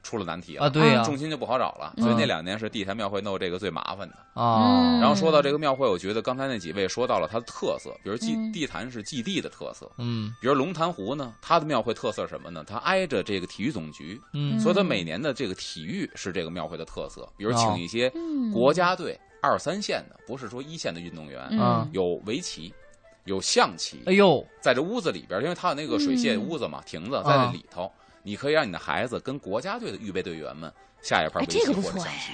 Speaker 3: 出了难题
Speaker 1: 啊，
Speaker 3: 了。
Speaker 1: 对呀
Speaker 3: 重心就不好找了，
Speaker 1: 嗯
Speaker 3: 所以那两年是地坛庙会弄这个最麻烦的。
Speaker 1: 啊，
Speaker 2: 嗯
Speaker 3: 然后说到这个庙会，我觉得刚才那几位说到了它的特色，比如祭
Speaker 2: 嗯
Speaker 3: 地坛是祭地的特色，
Speaker 1: 嗯
Speaker 3: 比如龙潭湖呢，它的庙会特色是什么呢？它挨着这个体育总局，
Speaker 1: 嗯
Speaker 3: 所以它每年的这个体育是这个庙会的特色。比如
Speaker 1: 哦
Speaker 3: 请一些
Speaker 2: 嗯
Speaker 3: 国家队二三线的，不是说一线的运动员，
Speaker 1: 啊
Speaker 2: 嗯
Speaker 3: 有围棋，有象棋
Speaker 1: 哎，呦，
Speaker 3: 在这屋子里边，因为它有那个水榭
Speaker 2: 嗯
Speaker 3: 屋子嘛，亭子在这里
Speaker 1: 哦
Speaker 3: 头，你可以让你的孩子跟国家队的预备队员们下一盘
Speaker 2: 哎
Speaker 3: 围棋
Speaker 2: 这个不
Speaker 3: 或者
Speaker 2: 错
Speaker 3: 象棋。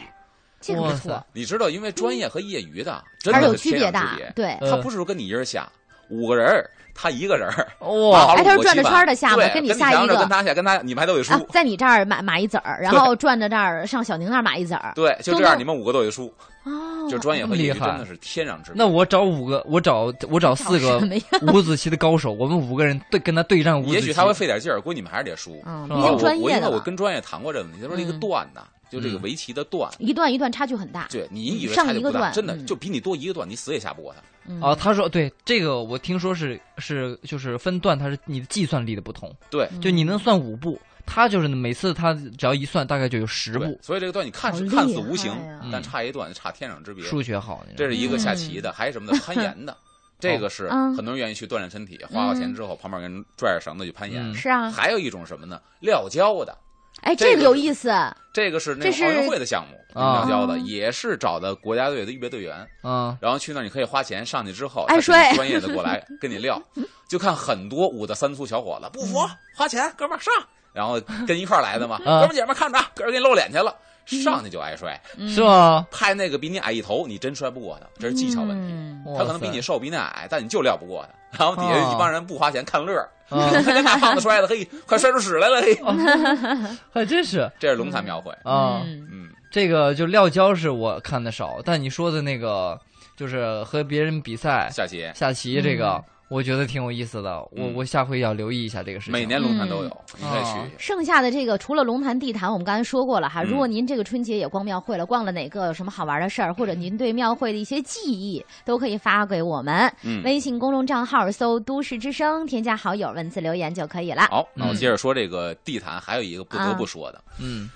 Speaker 2: 这个
Speaker 1: 哇
Speaker 2: 不
Speaker 1: 塞
Speaker 2: 错，
Speaker 3: 你知道，因为专业和业余的
Speaker 2: 嗯
Speaker 3: 真
Speaker 2: 还
Speaker 3: 的
Speaker 2: 是有
Speaker 3: 是
Speaker 2: 区
Speaker 3: 天
Speaker 2: 别
Speaker 3: 壤
Speaker 2: 的
Speaker 3: 之别，，
Speaker 2: 对。
Speaker 1: 呃
Speaker 3: 他不是说跟你一人下五个人儿，他一个人儿，
Speaker 1: 哇，
Speaker 3: 马
Speaker 2: 哎他是
Speaker 3: 五个
Speaker 2: 转着
Speaker 3: 棋
Speaker 2: 圈儿的下嘛
Speaker 3: 对
Speaker 2: 跟
Speaker 3: 跟
Speaker 2: 你下一
Speaker 3: 想着
Speaker 2: 个
Speaker 3: 跟他下，跟他你们还都得输
Speaker 2: 啊，，在你这儿买买一子儿，然
Speaker 3: 对
Speaker 2: 后转着这儿上小宁那儿买一子儿，
Speaker 3: 对，就
Speaker 2: 都
Speaker 3: 这样
Speaker 2: 能
Speaker 3: 你们五个都得输，
Speaker 2: 哦，
Speaker 3: 就专业和业余
Speaker 1: 这
Speaker 3: 真
Speaker 1: 么厉害
Speaker 3: 的是天壤之别。
Speaker 1: 那我找五个，我找我找四个
Speaker 2: 什么 呀？
Speaker 1: 五子棋的高手，我们五个人对跟他对战五子棋，
Speaker 3: 也许他会费点劲儿，估计你们还是得输。
Speaker 2: 嗯，
Speaker 1: 是
Speaker 2: 毕
Speaker 1: 吧
Speaker 2: 竟
Speaker 3: 啊我
Speaker 2: 专
Speaker 3: 我
Speaker 2: 业
Speaker 3: 因
Speaker 2: 的
Speaker 3: 为
Speaker 2: 嘛
Speaker 3: 我跟专业谈过这个问题，他说那个
Speaker 2: 嗯
Speaker 3: 段呐，就这个围棋的段，
Speaker 2: 一段一段差距很大，
Speaker 3: 对你以为
Speaker 2: 嗯上
Speaker 3: 他
Speaker 2: 一
Speaker 3: 就
Speaker 2: 个
Speaker 3: 不大，
Speaker 2: 段
Speaker 3: 真的
Speaker 2: 嗯
Speaker 3: 就比你多一个段，你死也下不过他。
Speaker 2: 嗯
Speaker 1: 啊，他说对这个我听说是是就是分段，它是你的计算力的不同，
Speaker 3: 对，
Speaker 2: 嗯
Speaker 1: 就你能算五步，他就是每次他只要一算，大概就有十
Speaker 3: 对
Speaker 1: 步，，嗯
Speaker 3: 所以这个段你看是
Speaker 2: 好
Speaker 3: 看
Speaker 2: 厉
Speaker 3: 似无形
Speaker 2: 害呀，
Speaker 3: 但差一段差天壤之别。
Speaker 1: 数学好，你知
Speaker 3: 这
Speaker 1: 道吗
Speaker 3: 是一个下棋的，还有什么的攀岩 的，这
Speaker 1: 哦
Speaker 3: 个是
Speaker 2: 嗯
Speaker 3: 很多人愿意去锻炼身体，花了钱之后旁边跟人拽着绳子去攀岩
Speaker 1: 嗯。
Speaker 2: 是啊，
Speaker 3: 还有一种什么呢？撂跤的，
Speaker 2: 哎，
Speaker 3: 这
Speaker 2: 这个
Speaker 3: 个
Speaker 2: 有
Speaker 3: 是
Speaker 2: 意思，
Speaker 3: 这个是那
Speaker 2: 这
Speaker 3: 个
Speaker 2: 是
Speaker 3: 奥运会的项目，
Speaker 1: 啊
Speaker 3: 撂跤的也是找的国家队的预备队员，
Speaker 1: 啊，
Speaker 3: 然后去那儿你可以花钱上去之后，
Speaker 2: 爱
Speaker 3: 他
Speaker 2: 摔
Speaker 3: 请专业的过来跟 你撂，就看很多五大三粗小伙子不服，
Speaker 2: 嗯
Speaker 3: 花钱哥们儿上，然后跟一块儿来的嘛，
Speaker 1: 啊
Speaker 3: 哥们儿姐们儿看着，哥们儿给你露脸去了，
Speaker 2: 嗯
Speaker 3: 上去就挨摔，
Speaker 1: 是吗？
Speaker 3: 拍那个比你矮一头，你真摔不过他，这是技巧问题。
Speaker 2: 嗯
Speaker 1: 哇
Speaker 3: 他可能比
Speaker 1: 塞哦
Speaker 3: 你瘦，比你矮，但你就撂不过他。然后底下一帮人不花钱看乐儿，
Speaker 1: 啊
Speaker 3: 看人家胖子摔的，嘿，快摔出屎来了，嘿，
Speaker 1: 还哎真是
Speaker 3: 这是龙潭庙会。
Speaker 1: 啊。
Speaker 2: 嗯
Speaker 3: 嗯，
Speaker 1: 这个就撂跤是我看的少，但你说的那个就是和别人比赛
Speaker 3: 下棋
Speaker 1: 下棋这个，
Speaker 2: 嗯
Speaker 1: 我觉得挺有意思的。我
Speaker 3: 嗯
Speaker 1: 我下回要留意一下这哦个事情。
Speaker 3: 每年龙潭都有，你可以去一下。
Speaker 2: 剩下的这个除了龙潭、地坛，我们刚才说过了哈。
Speaker 3: 嗯
Speaker 2: 如果您这个春节也逛庙会了，逛了哪个有什么好玩的事儿，或者您对庙会的一些记忆，都可以发给我们。
Speaker 3: 嗯，
Speaker 2: 微信公众账号搜“都市之声”，添加好友，文字留言就可以了。啊
Speaker 3: 好，那我接着说这个地坛，还有一个不得不说的，
Speaker 1: 嗯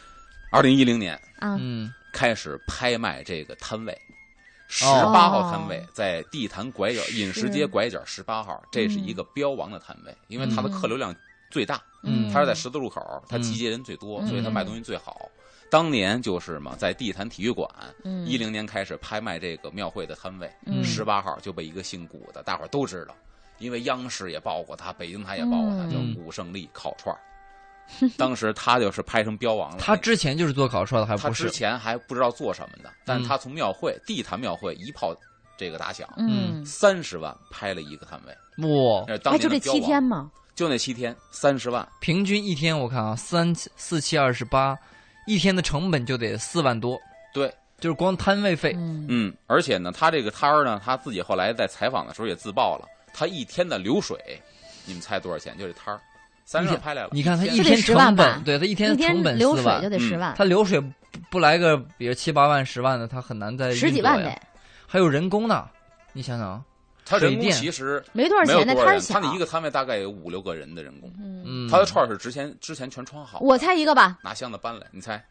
Speaker 3: 二零一零年
Speaker 2: 啊，
Speaker 1: 嗯
Speaker 3: 开始拍卖这个摊位。十
Speaker 1: 哦
Speaker 3: 八号摊位在地坛拐角
Speaker 2: 是
Speaker 3: 饮食街拐角十八号，这是一个标王的摊位，因为它的客流量最大，
Speaker 1: 嗯
Speaker 3: 它是在十字路口，它
Speaker 1: 嗯
Speaker 3: 集结人最多，
Speaker 2: 嗯
Speaker 3: 所以它卖东西最好。当年就是嘛，在地坛体育馆，
Speaker 2: 嗯
Speaker 3: 一零年开始拍卖这个庙会的摊位，
Speaker 2: 嗯
Speaker 3: 十八号就被一个姓古的，大伙儿都知道，因为央视也报过他，北京台也报过他，
Speaker 2: 嗯
Speaker 3: 叫古胜利烤串儿。当时他就是拍成标 王了。
Speaker 1: 他之前就是做烤串的，还
Speaker 3: 他
Speaker 1: 不
Speaker 3: 之
Speaker 1: 是？
Speaker 3: 前还不知道做什么的，但
Speaker 1: 嗯
Speaker 3: 是他从庙会地坛庙会一炮这个打响，
Speaker 2: 嗯，
Speaker 3: 三十万拍了一个摊位，
Speaker 1: 哇，
Speaker 3: 那是当
Speaker 2: 哎，
Speaker 3: 年
Speaker 2: 就
Speaker 3: 的
Speaker 2: 这
Speaker 3: 标
Speaker 2: 七
Speaker 3: 王
Speaker 2: 天，嘛，
Speaker 3: 就那七天三十万，
Speaker 1: 平均一天我看啊，三四七二十八，一天的成本就得四万多，
Speaker 3: 对，
Speaker 1: 就是光摊位费。
Speaker 2: 嗯，
Speaker 3: 嗯，而且呢，他这个摊儿呢，他自己后来在采访的时候也自曝了，他一天的流水，你们猜多少钱？就这摊儿，三十
Speaker 1: 一
Speaker 3: 万
Speaker 1: 天
Speaker 3: 拍来了，
Speaker 1: 你看他
Speaker 3: 一
Speaker 1: 一
Speaker 3: 天
Speaker 1: 天
Speaker 2: 就得10万
Speaker 1: 成
Speaker 2: 吧
Speaker 1: 本，对他一
Speaker 2: 一
Speaker 1: 天
Speaker 2: 天
Speaker 1: 成本
Speaker 2: 流
Speaker 1: 四
Speaker 2: 水
Speaker 1: 万
Speaker 2: 就，得十
Speaker 3: 嗯
Speaker 2: 万，
Speaker 1: 他流水不不来个比如七八万、十万的，他很难再
Speaker 2: 十几
Speaker 1: 运作
Speaker 2: 万
Speaker 1: 呀
Speaker 2: 得，
Speaker 1: 还有人工呢，你想想啊，
Speaker 3: 他人
Speaker 1: 水
Speaker 3: 工
Speaker 1: 电
Speaker 3: 其实
Speaker 2: 没多少
Speaker 3: 没有
Speaker 2: 钱，那
Speaker 3: 多少
Speaker 2: 摊儿
Speaker 3: 人，
Speaker 2: 小
Speaker 3: 他。那一个摊位大概有五六个人的人工，
Speaker 2: 嗯，
Speaker 1: 嗯，
Speaker 3: 他的串儿是之前之前全穿好，
Speaker 2: 我猜一个吧，
Speaker 3: 拿箱子搬来，你猜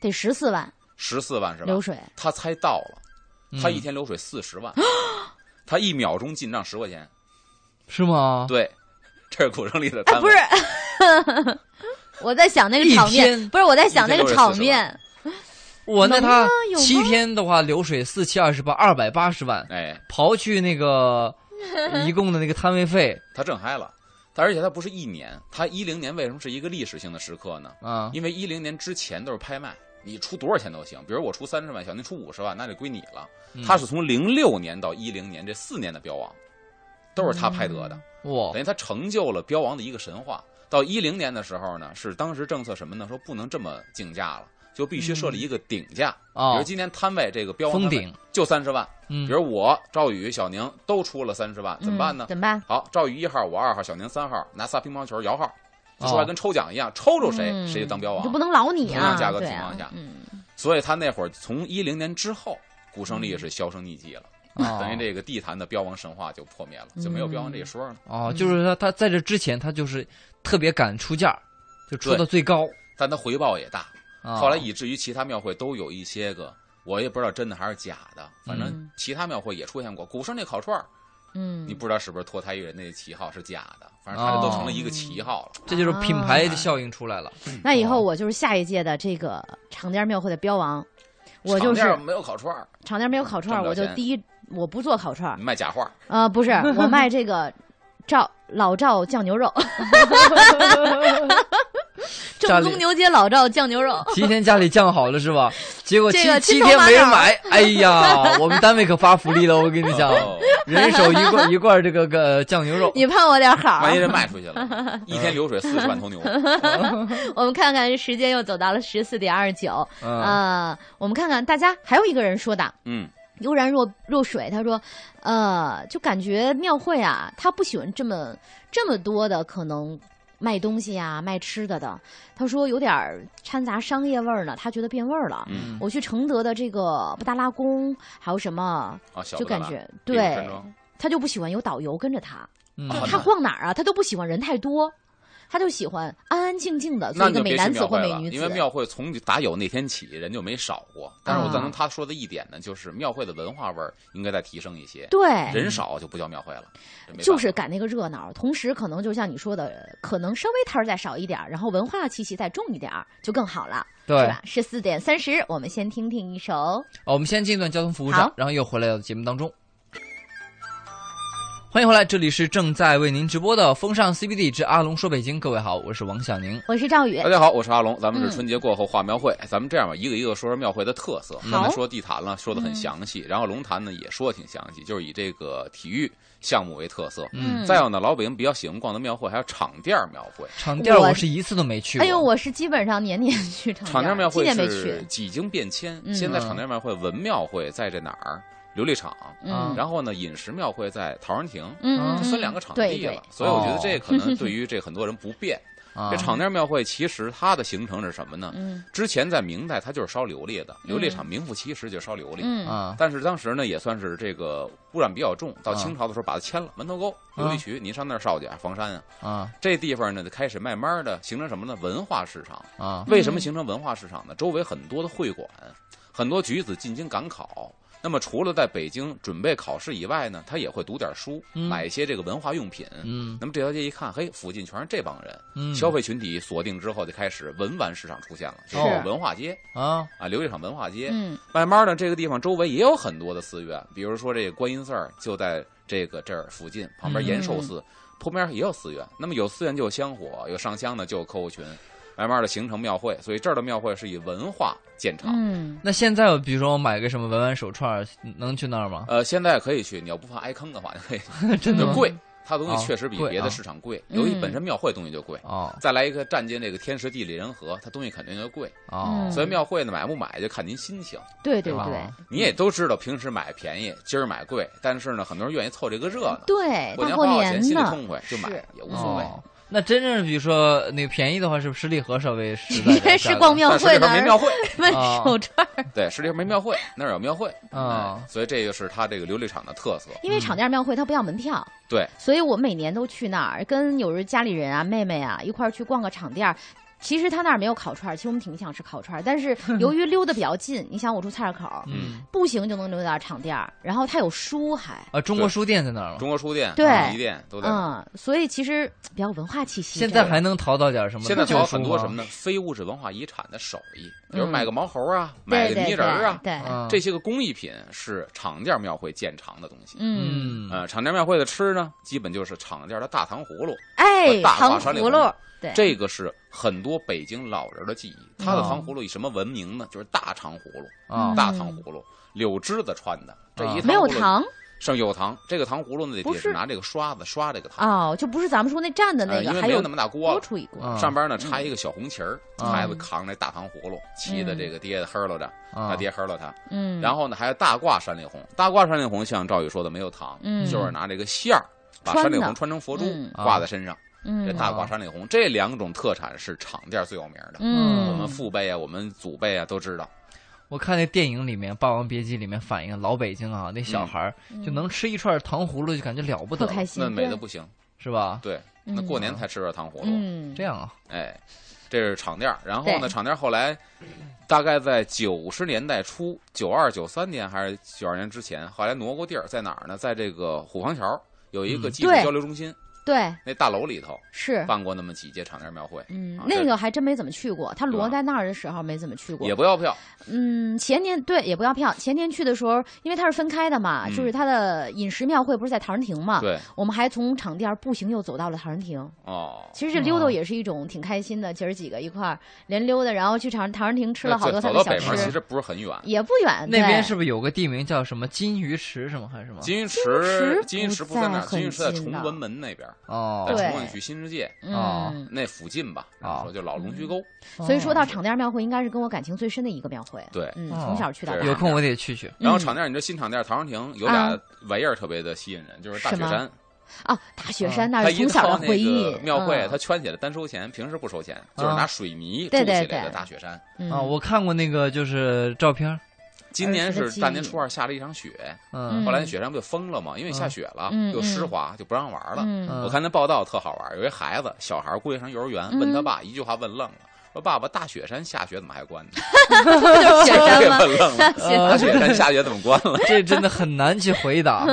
Speaker 2: 得十四万
Speaker 3: 十四万是吧
Speaker 2: 流？水，
Speaker 3: 他猜到了，
Speaker 1: 嗯
Speaker 3: 他一天流水四 十万，他一秒钟进账十块钱，
Speaker 1: 是吗？
Speaker 3: 对，这是古城里的
Speaker 2: 哎，
Speaker 3: 摊
Speaker 2: 不
Speaker 3: 位，
Speaker 2: 是，我在想那个
Speaker 1: 一
Speaker 2: 场面，
Speaker 1: 天
Speaker 2: 不是我在想那
Speaker 3: 一天
Speaker 2: 个
Speaker 3: 流水
Speaker 2: 场
Speaker 3: 40
Speaker 2: 面，
Speaker 1: 我那
Speaker 2: 能
Speaker 1: 他
Speaker 2: 吗有
Speaker 1: 七
Speaker 2: 吗
Speaker 1: 天的话，流水四七二十八，二百八十万，
Speaker 3: 哎，
Speaker 1: 刨去那 个一共的那个摊位费
Speaker 3: 他震嗨了，他而且他不是一年，他一零年为什么是一个历史性的时刻呢？
Speaker 1: 啊，
Speaker 3: 因为一零年之前都是拍卖，你出多少钱都行。比如我出三十万，小宁出五十万，那就归你了。
Speaker 1: 嗯
Speaker 3: 他是从零六年到一零年这四年的标王，都是他拍得
Speaker 1: 嗯
Speaker 3: 的，
Speaker 1: 哇
Speaker 3: 等于他成就了标王的一个神话。到一零年的时候呢，是当时政策什么呢？说不能这么竞价了，就必须设立一个顶价。比如
Speaker 1: 嗯哦，
Speaker 3: 今天摊位这个标王
Speaker 1: 封
Speaker 3: 摊位
Speaker 1: 顶
Speaker 3: 就三十万，
Speaker 1: 嗯
Speaker 3: 比如我赵宇、小宁都出了三十万，怎么办呢
Speaker 2: 嗯？怎么办？
Speaker 3: 好，赵宇一号，我二号，小宁三号，拿仨乒乓球摇号，就说
Speaker 1: 哦
Speaker 3: 白跟抽奖一样，抽着谁、
Speaker 2: 嗯
Speaker 3: 谁就当标
Speaker 2: 就
Speaker 3: 王
Speaker 2: 不。能老你
Speaker 3: 同
Speaker 2: 啊，
Speaker 3: 样价格
Speaker 2: 对
Speaker 3: 情
Speaker 2: 啊
Speaker 3: 况下
Speaker 2: 嗯，
Speaker 3: 所以他那会儿从一零年之后，古胜
Speaker 2: 嗯
Speaker 3: 利是销声匿迹了，
Speaker 1: 哦
Speaker 3: 等于这个地坛的标王神话就破灭了，就没有标王这
Speaker 2: 嗯
Speaker 3: 一说了。
Speaker 1: 哦，就是他他在这之前他就是特别敢出价，就出
Speaker 3: 对
Speaker 1: 到最高。
Speaker 3: 但他回报也大，
Speaker 2: 哦
Speaker 1: 啊
Speaker 3: 后来以至于其他庙会都有一些个，我也不知道真的还是假的，反正
Speaker 2: 嗯
Speaker 3: 其他庙会也出现过。古胜那烤串儿，
Speaker 2: 嗯，哦
Speaker 3: 你不知道是不是脱胎于人家的旗号是假的，反正他这都成了一个旗号了。
Speaker 2: 嗯
Speaker 1: 这就是品牌
Speaker 2: 啊
Speaker 1: 效应出来了。
Speaker 2: 那以后我就是下一届的这个场店庙会的标王，我就
Speaker 3: 场
Speaker 2: 是
Speaker 3: 面没有烤串儿，
Speaker 2: 场店没有烤串儿，
Speaker 3: 挣不
Speaker 2: 我
Speaker 3: 了
Speaker 2: 就
Speaker 3: 钱
Speaker 2: 第一我不做烤串儿，
Speaker 3: 你卖假话。
Speaker 2: 呃，不是，我卖这个赵老赵 酱牛肉，
Speaker 1: 家
Speaker 2: 正
Speaker 1: 里
Speaker 2: 宗牛街老赵酱牛肉，
Speaker 1: 提前家里酱好了是吧？结果
Speaker 2: 这
Speaker 1: 七
Speaker 2: 个
Speaker 1: 七
Speaker 2: 亲手
Speaker 1: 天
Speaker 2: 买
Speaker 1: 没人
Speaker 2: 点儿
Speaker 1: 买，哎呀，我们单位可发福利了，我跟你讲，
Speaker 3: 哦
Speaker 1: 人手一罐一罐这个个酱牛肉。
Speaker 2: 你盼我点好啊
Speaker 3: 万一。人卖出去 了，一天流水四十万头牛，
Speaker 2: 我们看看时间又走到了十四点二十九，
Speaker 1: 嗯，
Speaker 2: 呃，我们看看大家还有一个人说的，
Speaker 3: 嗯，
Speaker 2: 悠然若若水，他说，呃，就感觉庙会啊，他不喜欢这么这么多的可能卖东西啊、卖吃的的。他说有点儿掺杂商业味儿呢，他觉得变味儿了。
Speaker 3: 嗯
Speaker 2: 我去承德的这个布达拉宫，还有什么，
Speaker 3: 啊，小
Speaker 2: 就
Speaker 3: 不得
Speaker 2: 感
Speaker 3: 了
Speaker 2: 觉
Speaker 3: 比如山
Speaker 2: 对，
Speaker 3: 庄
Speaker 2: 他就不喜欢有导游跟着他，
Speaker 1: 嗯
Speaker 2: 就
Speaker 3: 啊
Speaker 2: 他
Speaker 3: 那
Speaker 2: 逛哪儿啊，他都不喜欢人太多，他就喜欢安安静静的做
Speaker 3: 那
Speaker 2: 一
Speaker 3: 你
Speaker 2: 个
Speaker 3: 就
Speaker 2: 美
Speaker 3: 别
Speaker 2: 男
Speaker 3: 去
Speaker 2: 子
Speaker 3: 庙
Speaker 2: 或
Speaker 3: 会
Speaker 2: 美
Speaker 3: 了，
Speaker 2: 女
Speaker 3: 因为
Speaker 2: 子。
Speaker 3: 庙会从打有那天起人就没少过。但是我赞
Speaker 2: 啊
Speaker 3: 同他说的一点呢，就是庙会的文化味儿应该再提升一些，
Speaker 2: 对，
Speaker 3: 人少就不叫庙会了，这没办法
Speaker 2: 就是赶那个热闹，同时可能就像你说的，可能稍微摊儿再少一点儿，然后文化气息再重一点儿，就更好了，是
Speaker 1: 对。
Speaker 2: 吧？十四点三十，我们先听听一首。
Speaker 1: 好，我们先进一段交通服务
Speaker 2: 好
Speaker 1: 站，然后又回来到节目当中。欢迎回来，这里是正在为您直播的《风尚 CBD 之阿龙说北京》，各位好，我是王小宁。
Speaker 2: 我是赵宇
Speaker 3: 大，家好，我是阿龙，咱们
Speaker 2: 嗯
Speaker 3: 是春节过后画庙会，咱们这样吧，一个一个说说庙会的特色。
Speaker 2: 好嗯
Speaker 3: 刚才说地坛了，说的很详细，然后龙潭呢也说的挺详细，就是以这个体育项目为特色。
Speaker 2: 嗯
Speaker 3: 再有呢，老北京比较喜欢逛的庙会还有场店儿庙会。
Speaker 1: 场店儿
Speaker 2: 我
Speaker 1: 我是一次都没去过。
Speaker 2: 哎呦，我是基本上年年去场
Speaker 3: 场
Speaker 2: 店儿
Speaker 3: 庙
Speaker 2: 今
Speaker 3: 会
Speaker 2: 年没
Speaker 3: 是
Speaker 2: 去，
Speaker 3: 几经变迁，
Speaker 2: 嗯
Speaker 3: 现在场店庙会文庙会在这哪儿？琉璃厂，
Speaker 2: 嗯
Speaker 3: 然后呢，饮食庙会在陶然亭，
Speaker 2: 嗯，
Speaker 1: 这
Speaker 3: 分两个场
Speaker 2: 对
Speaker 3: 地
Speaker 2: 对
Speaker 3: 了，，所以我觉得
Speaker 1: 哦
Speaker 3: 这可能对于这很多人不 便。
Speaker 1: 啊
Speaker 3: 这场店庙会其实它的形成是什么呢？
Speaker 2: 嗯
Speaker 3: 之前在明代它就是烧琉璃的，琉璃厂名副其实就是烧琉璃。
Speaker 2: 嗯
Speaker 1: 啊，
Speaker 3: 但是当时呢，也算是这个污染比较重，
Speaker 2: 啊
Speaker 3: 到清朝的时候把它迁了，门头沟、琉璃渠，您上那儿烧去啊，房山啊，
Speaker 1: 啊
Speaker 3: 这地方呢就开始慢慢的形成什么呢？文化市场。
Speaker 1: 啊
Speaker 3: 为什么形成文化市场呢？周围很多的会馆，很多举子进京赶考。那么除了在北京准备考试以外呢，他也会读点书，
Speaker 1: 嗯
Speaker 3: 买一些这个文化用品。
Speaker 1: 嗯
Speaker 3: 那么这条街一看，嘿，附近全是这帮人，
Speaker 1: 嗯，
Speaker 3: 消费群体锁定之后，就开始文玩市场出现了，这
Speaker 1: 是
Speaker 3: 文化街
Speaker 1: 啊
Speaker 3: 啊，琉璃厂文化街。
Speaker 2: 嗯
Speaker 3: 慢慢的，这个地方周围也有很多的寺院，比如说这个观音寺儿就在这个这儿附近，旁边延寿寺，旁边也有寺院。那么有寺院就有香火，有上香的就有客户群。慢慢的形成庙会，所以这儿的庙会是以文化见长。
Speaker 2: 嗯，
Speaker 1: 那现在比如说我买个什么文玩手串儿，能去那儿吗？
Speaker 3: 呃，现在可以去，你要不怕挨呃坑的话，就可以去。
Speaker 1: 真的
Speaker 3: 就
Speaker 2: 嗯
Speaker 1: 吗？
Speaker 3: 贵，它东西
Speaker 1: 啊
Speaker 3: 确实比
Speaker 1: 贵
Speaker 3: 别
Speaker 1: 啊
Speaker 3: 的市场贵，尤其本身庙会东西就贵。
Speaker 1: 哦
Speaker 3: 再来一个占尽这个天时地利人和，它东西肯定就贵。
Speaker 1: 哦
Speaker 2: 嗯，
Speaker 3: 所以庙会呢，买不买就看您心情。
Speaker 2: 对
Speaker 1: 对
Speaker 2: 对
Speaker 1: 吧
Speaker 2: 对
Speaker 3: 你也都知道，平时买便宜，今儿买贵，但是呢，很多人愿意凑这个热闹，
Speaker 2: 对，
Speaker 3: 过
Speaker 2: 大
Speaker 3: 年
Speaker 2: 哎过
Speaker 3: 花花钱
Speaker 2: 年
Speaker 3: 心里
Speaker 2: 的
Speaker 3: 痛快就买
Speaker 2: 是
Speaker 3: 也无所谓。
Speaker 1: 哦那真正比如说那个便宜的话，是不是十里河稍微实在
Speaker 2: 你
Speaker 1: 点
Speaker 2: 这
Speaker 1: 儿
Speaker 2: 是逛庙
Speaker 3: 但是
Speaker 2: 会
Speaker 3: 这
Speaker 2: 呢
Speaker 3: 边，没庙会，
Speaker 2: 问
Speaker 1: 啊
Speaker 2: 手串儿，
Speaker 3: 对，实际上没庙会，那儿有庙会
Speaker 1: 啊
Speaker 3: 哎所以这就是它这个琉璃厂的特色。
Speaker 2: 因为场店庙会它不要门票。
Speaker 3: 对，
Speaker 2: 所以我每年都去那儿，跟有时候家里人啊、妹妹啊一块儿去逛个场店儿。其实他那儿没有烤串儿，其实我们挺想吃烤串儿，但是由于溜得比较近，你想我住菜市口儿，
Speaker 1: 嗯
Speaker 2: 步行就能溜到场店儿，然后它有书还，
Speaker 1: 啊，中国书店在那儿吗？
Speaker 3: 中国书店、
Speaker 2: 对
Speaker 3: 礼仪店都在那儿。
Speaker 2: 嗯，所以其实比较有文化气息。
Speaker 1: 现在还能淘到点儿什么？啊
Speaker 3: 现在还
Speaker 1: 旧
Speaker 3: 有
Speaker 1: 书
Speaker 3: 很多
Speaker 1: 吗
Speaker 3: 什么？呢？非物质文化遗产的手艺，比如
Speaker 2: 嗯
Speaker 3: 买个毛猴啊，买
Speaker 2: 对
Speaker 3: 个
Speaker 2: 对对
Speaker 3: 泥人儿啊，
Speaker 2: 对，
Speaker 1: 嗯
Speaker 3: 这些个工艺品是厂店庙会建厂的东西。
Speaker 2: 嗯，
Speaker 1: 嗯
Speaker 3: 呃，厂店庙会的吃呢，基本就是厂店的大糖葫芦，
Speaker 2: 哎，
Speaker 3: 大
Speaker 2: 糖
Speaker 3: 话山里
Speaker 2: 葫芦
Speaker 3: 红，
Speaker 2: 对，
Speaker 3: 这个是很多北京老人的记忆。他的
Speaker 1: 哦
Speaker 3: 糖葫芦以什么闻名呢？就是大糖葫芦，
Speaker 1: 啊
Speaker 2: 嗯
Speaker 3: 大糖葫芦，嗯柳枝子穿的，这一
Speaker 1: 啊
Speaker 3: 葫芦
Speaker 2: 没有糖
Speaker 3: 上有糖，这个糖葫芦呢得
Speaker 2: 不
Speaker 3: 得
Speaker 2: 是
Speaker 3: 是拿这个刷子刷这个糖，
Speaker 2: 哦，就不是咱们说那蘸的那
Speaker 3: 呃，因
Speaker 2: 个，
Speaker 3: 为
Speaker 2: 还
Speaker 3: 没有
Speaker 2: 有
Speaker 3: 那么大锅
Speaker 2: 多
Speaker 3: 了。
Speaker 2: 出一锅。
Speaker 1: 啊
Speaker 3: 呃上边呢插一个小红旗儿，
Speaker 1: 嗯
Speaker 3: 孩子扛着大糖葫芦，骑的这个爹的呵喽着，他
Speaker 1: 啊
Speaker 3: 爹呵喽他。
Speaker 2: 嗯，
Speaker 3: 然
Speaker 2: 后
Speaker 3: 后呢，还有大褂山里红，大褂山里红像赵宇说的没有糖，
Speaker 2: 嗯
Speaker 3: 就是拿这个线儿把
Speaker 2: 穿
Speaker 3: 山里
Speaker 2: 的
Speaker 3: 红穿成佛珠
Speaker 2: 嗯
Speaker 3: 挂在身上。这
Speaker 2: 嗯
Speaker 3: 大褂山里红这两种特产是厂店最有名的，
Speaker 2: 嗯，
Speaker 3: 我们父辈啊，我们祖辈啊都知道。
Speaker 1: 我看那电影里面《霸王别姬》里面反映老北京啊，那
Speaker 3: 嗯
Speaker 1: 小孩儿就能吃一串糖葫芦，就感觉了不
Speaker 2: 特
Speaker 1: 得
Speaker 2: 嗯开
Speaker 1: 了，
Speaker 2: 心，
Speaker 3: 那美的
Speaker 2: 对
Speaker 3: 不行，
Speaker 1: 是吧？
Speaker 3: 对，那过年
Speaker 1: 嗯
Speaker 3: 才吃点糖葫芦，
Speaker 2: 嗯，
Speaker 1: 这样啊，
Speaker 3: 哎，这是厂店儿。然后
Speaker 2: 对
Speaker 3: 呢，厂店儿后来大概在九十年代初，九二九三年还是九二年之前，后来挪过地儿，在哪儿呢？在这个虎坊桥有一个
Speaker 1: 嗯
Speaker 3: 技术
Speaker 2: 对
Speaker 3: 交流中心，
Speaker 2: 对
Speaker 3: 那大楼里头
Speaker 2: 是。
Speaker 3: 办过那么几届厂店庙会。
Speaker 2: 嗯
Speaker 3: 啊，
Speaker 2: 那
Speaker 3: 这
Speaker 2: 个还真没怎么去过。他罗
Speaker 3: 吧
Speaker 2: 在那儿的时候没怎么去过
Speaker 3: 也。不要票，
Speaker 2: 嗯，前年对也不要票。前年去的时候，因为它是分开的嘛，
Speaker 3: 嗯
Speaker 2: 就是它的饮食庙会不是在陶然亭嘛？
Speaker 3: 对
Speaker 2: 我们还从场店步行又走到了陶然亭。
Speaker 3: 哦，
Speaker 2: 其实这溜达也是一种挺开心的，姐儿几个一块儿连溜达，然后去陶陶然亭吃了好多
Speaker 3: 走
Speaker 2: 他的
Speaker 3: 到
Speaker 2: 小
Speaker 3: 北门其
Speaker 2: 吃，
Speaker 3: 实不是很远，
Speaker 2: 也不远。
Speaker 1: 那边
Speaker 2: 对
Speaker 1: 是不是有个地名叫什么金鱼池什么还是什么？
Speaker 3: 金鱼
Speaker 2: 池
Speaker 3: 池，金鱼池不在
Speaker 2: 不
Speaker 3: 那儿，
Speaker 2: 在
Speaker 3: 金鱼池在
Speaker 2: 很近
Speaker 3: 崇
Speaker 2: 的
Speaker 3: 文门那边，
Speaker 1: 哦，
Speaker 3: 在
Speaker 2: 对
Speaker 3: 崇文区新世界
Speaker 1: 哦
Speaker 2: 嗯，
Speaker 3: 那附近吧，然
Speaker 1: 哦
Speaker 3: 后
Speaker 2: 啊
Speaker 3: 就老龙须沟。
Speaker 1: 哦
Speaker 2: 所以说到场店庙会，应该是跟我感情最深的一个庙会。
Speaker 3: 对
Speaker 2: 嗯，
Speaker 1: 哦
Speaker 2: 从小去到
Speaker 3: 这
Speaker 2: 大
Speaker 3: 是。
Speaker 1: 有空我得去去。
Speaker 3: 然后厂店，你这新厂店陶然亭有俩玩意儿特别的吸引人，就是大雪
Speaker 2: 啊什
Speaker 3: 山，
Speaker 2: 啊，大雪山
Speaker 3: 它
Speaker 2: 那是
Speaker 3: 嗯一
Speaker 2: 从小
Speaker 3: 套
Speaker 2: 的
Speaker 3: 那
Speaker 2: 回忆
Speaker 3: 个。庙会
Speaker 2: 嗯，啊
Speaker 3: 它圈起来单收钱，平时不收钱，就是拿水泥筑
Speaker 2: 对
Speaker 3: 起
Speaker 2: 对
Speaker 3: 来
Speaker 2: 对
Speaker 3: 的大雪山。
Speaker 2: 嗯
Speaker 1: 啊，我看过那个就是照片儿，
Speaker 3: 今年
Speaker 2: 儿时的
Speaker 3: 是
Speaker 2: 记忆
Speaker 3: 大年初二下了一场雪，
Speaker 1: 嗯
Speaker 3: 后来那雪山不就封了吗？因为下雪了
Speaker 2: 嗯，
Speaker 3: 又湿滑，就不让玩了。
Speaker 2: 嗯
Speaker 1: 嗯
Speaker 3: 我看那报道特好玩儿，有一孩子小孩儿估计上幼儿园，问他爸一句话问愣了，说爸爸大雪山下雪怎么还 关呢？
Speaker 2: 这就是雪山
Speaker 3: 这
Speaker 2: 吗？
Speaker 3: 问愣了， 嗯
Speaker 1: 呃
Speaker 3: 大雪山下雪怎么关了？
Speaker 1: 这真的很难去回 答。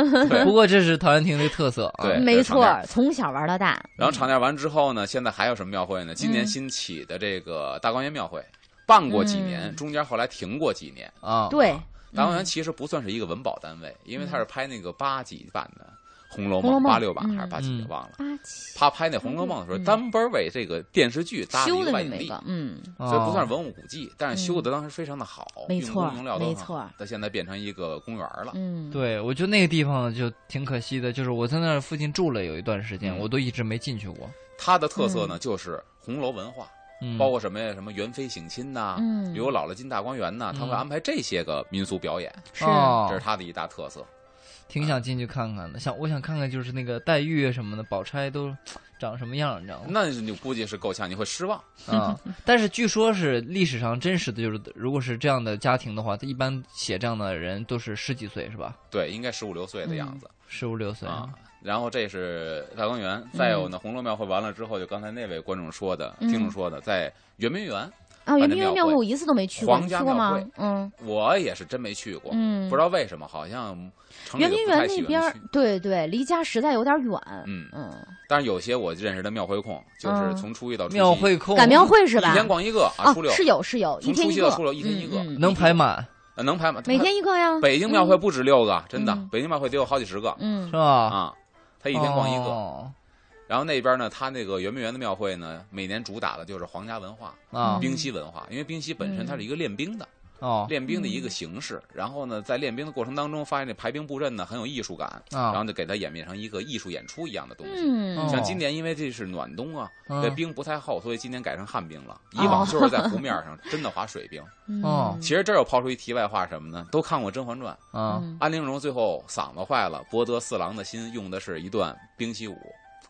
Speaker 1: 不过这是陶然亭的特色啊。
Speaker 3: 对
Speaker 2: 没
Speaker 3: 这是常
Speaker 2: 错
Speaker 3: 见，
Speaker 2: 从小玩到大。
Speaker 3: 然后场店完之后呢，现在还有什么庙
Speaker 2: 嗯
Speaker 3: 会呢？今年新起的这个大观园庙会，办过几年，
Speaker 2: 嗯
Speaker 3: 中间后来停过几年。
Speaker 1: 啊，
Speaker 2: 对，嗯
Speaker 3: 大观园其实不算是一个文保单位，因为它是拍那个八几版的《红楼
Speaker 2: 红
Speaker 3: 梦
Speaker 2: 楼》，梦
Speaker 3: 八六版
Speaker 2: 嗯
Speaker 3: 还是八几就忘了。
Speaker 2: 八七
Speaker 3: 他拍那《红楼梦》的时候，
Speaker 2: 嗯
Speaker 3: 单边为这个电视剧搭了
Speaker 2: 修
Speaker 3: 一
Speaker 2: 的
Speaker 3: 个
Speaker 2: 那
Speaker 3: 外景
Speaker 2: 么一
Speaker 3: 地，
Speaker 2: 个，嗯，
Speaker 1: 哦，
Speaker 3: 所以不算是文物古迹，但是修的当时非常的好，
Speaker 2: 没
Speaker 3: 用
Speaker 2: 错
Speaker 3: 工用料都很
Speaker 2: 没错
Speaker 3: 好。它现在变成一个公园了。
Speaker 2: 嗯，
Speaker 1: 对，我觉得那个地方就挺可惜的，就是我在那儿附近住了有一段时间，
Speaker 3: 嗯
Speaker 1: 我都一直没进去过。
Speaker 3: 它的特
Speaker 2: 嗯
Speaker 3: 色呢，就是红楼文化，
Speaker 1: 嗯，
Speaker 3: 包括什么呀？什么元妃省亲呐，
Speaker 2: 嗯
Speaker 3: 比如啊老了进大观园呐，他会
Speaker 1: 嗯
Speaker 3: 安排这些个民俗表演，
Speaker 2: 是，
Speaker 3: 这
Speaker 1: 哦
Speaker 3: 是，它的一大特色。
Speaker 1: 挺想进去看看的，想我想看看就是那个黛玉啊什么的，宝钗都长什么样，你知道吗？
Speaker 3: 那你估计是够呛，你会失望。
Speaker 1: 啊，但是据说是历史上真实的，就是如果是这样的家庭的话，他一般写这样的人都是十几岁是吧？
Speaker 3: 对，应该十五六岁的
Speaker 2: 嗯
Speaker 3: 样子
Speaker 1: 十五六岁
Speaker 3: 啊。然后这是大观园，再有呢，红楼庙会完了之后，就刚才那位观众说的、
Speaker 2: 嗯
Speaker 3: 听众说的，在圆明园，
Speaker 2: 啊，圆
Speaker 3: 反正
Speaker 2: 明园
Speaker 3: 庙
Speaker 2: 庙会
Speaker 3: 会
Speaker 2: 我一次都没去过，
Speaker 3: 皇
Speaker 2: 你去
Speaker 3: 家
Speaker 2: 过
Speaker 3: 庙
Speaker 2: 吗
Speaker 3: 会？
Speaker 2: 嗯
Speaker 3: 我也是真没去过，
Speaker 2: 嗯，
Speaker 3: 不知道为什么，好像城里
Speaker 2: 圆
Speaker 3: 都
Speaker 2: 明
Speaker 3: 不
Speaker 2: 园
Speaker 3: 太
Speaker 2: 那
Speaker 3: 喜
Speaker 2: 边
Speaker 3: 欢
Speaker 2: 儿
Speaker 3: 去。，
Speaker 2: 对对，离家实在有点远。
Speaker 3: 嗯，
Speaker 2: 嗯，
Speaker 3: 但是有些我认识的庙会控，就是
Speaker 2: 嗯
Speaker 3: 从初一到初七，
Speaker 1: 庙会控
Speaker 2: 赶庙会是
Speaker 3: 一
Speaker 2: 吧？
Speaker 3: 天逛一个啊，
Speaker 2: 哦
Speaker 3: 初六
Speaker 2: 是有是有，一
Speaker 3: 从
Speaker 2: 天
Speaker 3: 初
Speaker 2: 一
Speaker 3: 七
Speaker 2: 个，
Speaker 3: 到初六一天一个
Speaker 2: 嗯嗯
Speaker 1: 能排满
Speaker 3: 呃能排吗？
Speaker 2: 每天一个呀。
Speaker 3: 北京庙会不止六个，真的
Speaker 2: 嗯，
Speaker 3: 北京庙会得有好几十个
Speaker 2: 嗯，
Speaker 1: 是吧？
Speaker 3: 啊，他一天逛一个。
Speaker 1: 啊哦
Speaker 3: 然后那边呢，它那个圆明园的庙会呢，每年主打的就是皇家文化、
Speaker 1: 啊
Speaker 2: 嗯
Speaker 3: 冰溪文化，因为冰溪本身它是一个练兵的、
Speaker 1: 哦
Speaker 3: 练兵的一个形式。然后呢，在练兵的过程当中，发现这排兵布阵呢很有艺术感，然
Speaker 1: 啊
Speaker 3: 后就给它演变成一个艺术演出一样的东西。
Speaker 2: 嗯
Speaker 1: 哦
Speaker 3: 像今年因为这是暖冬啊，
Speaker 1: 嗯
Speaker 3: 这冰不太厚，所以今年改成旱冰了。以往就是在湖面上真的滑水 冰。
Speaker 2: 嗯
Speaker 1: 哦
Speaker 3: 其实这儿又抛出一题外话什么呢？都看过《甄嬛传》，
Speaker 1: 啊
Speaker 2: 嗯
Speaker 3: 安陵容最后嗓子坏了，博得四郎的心，用的是一段冰溪舞，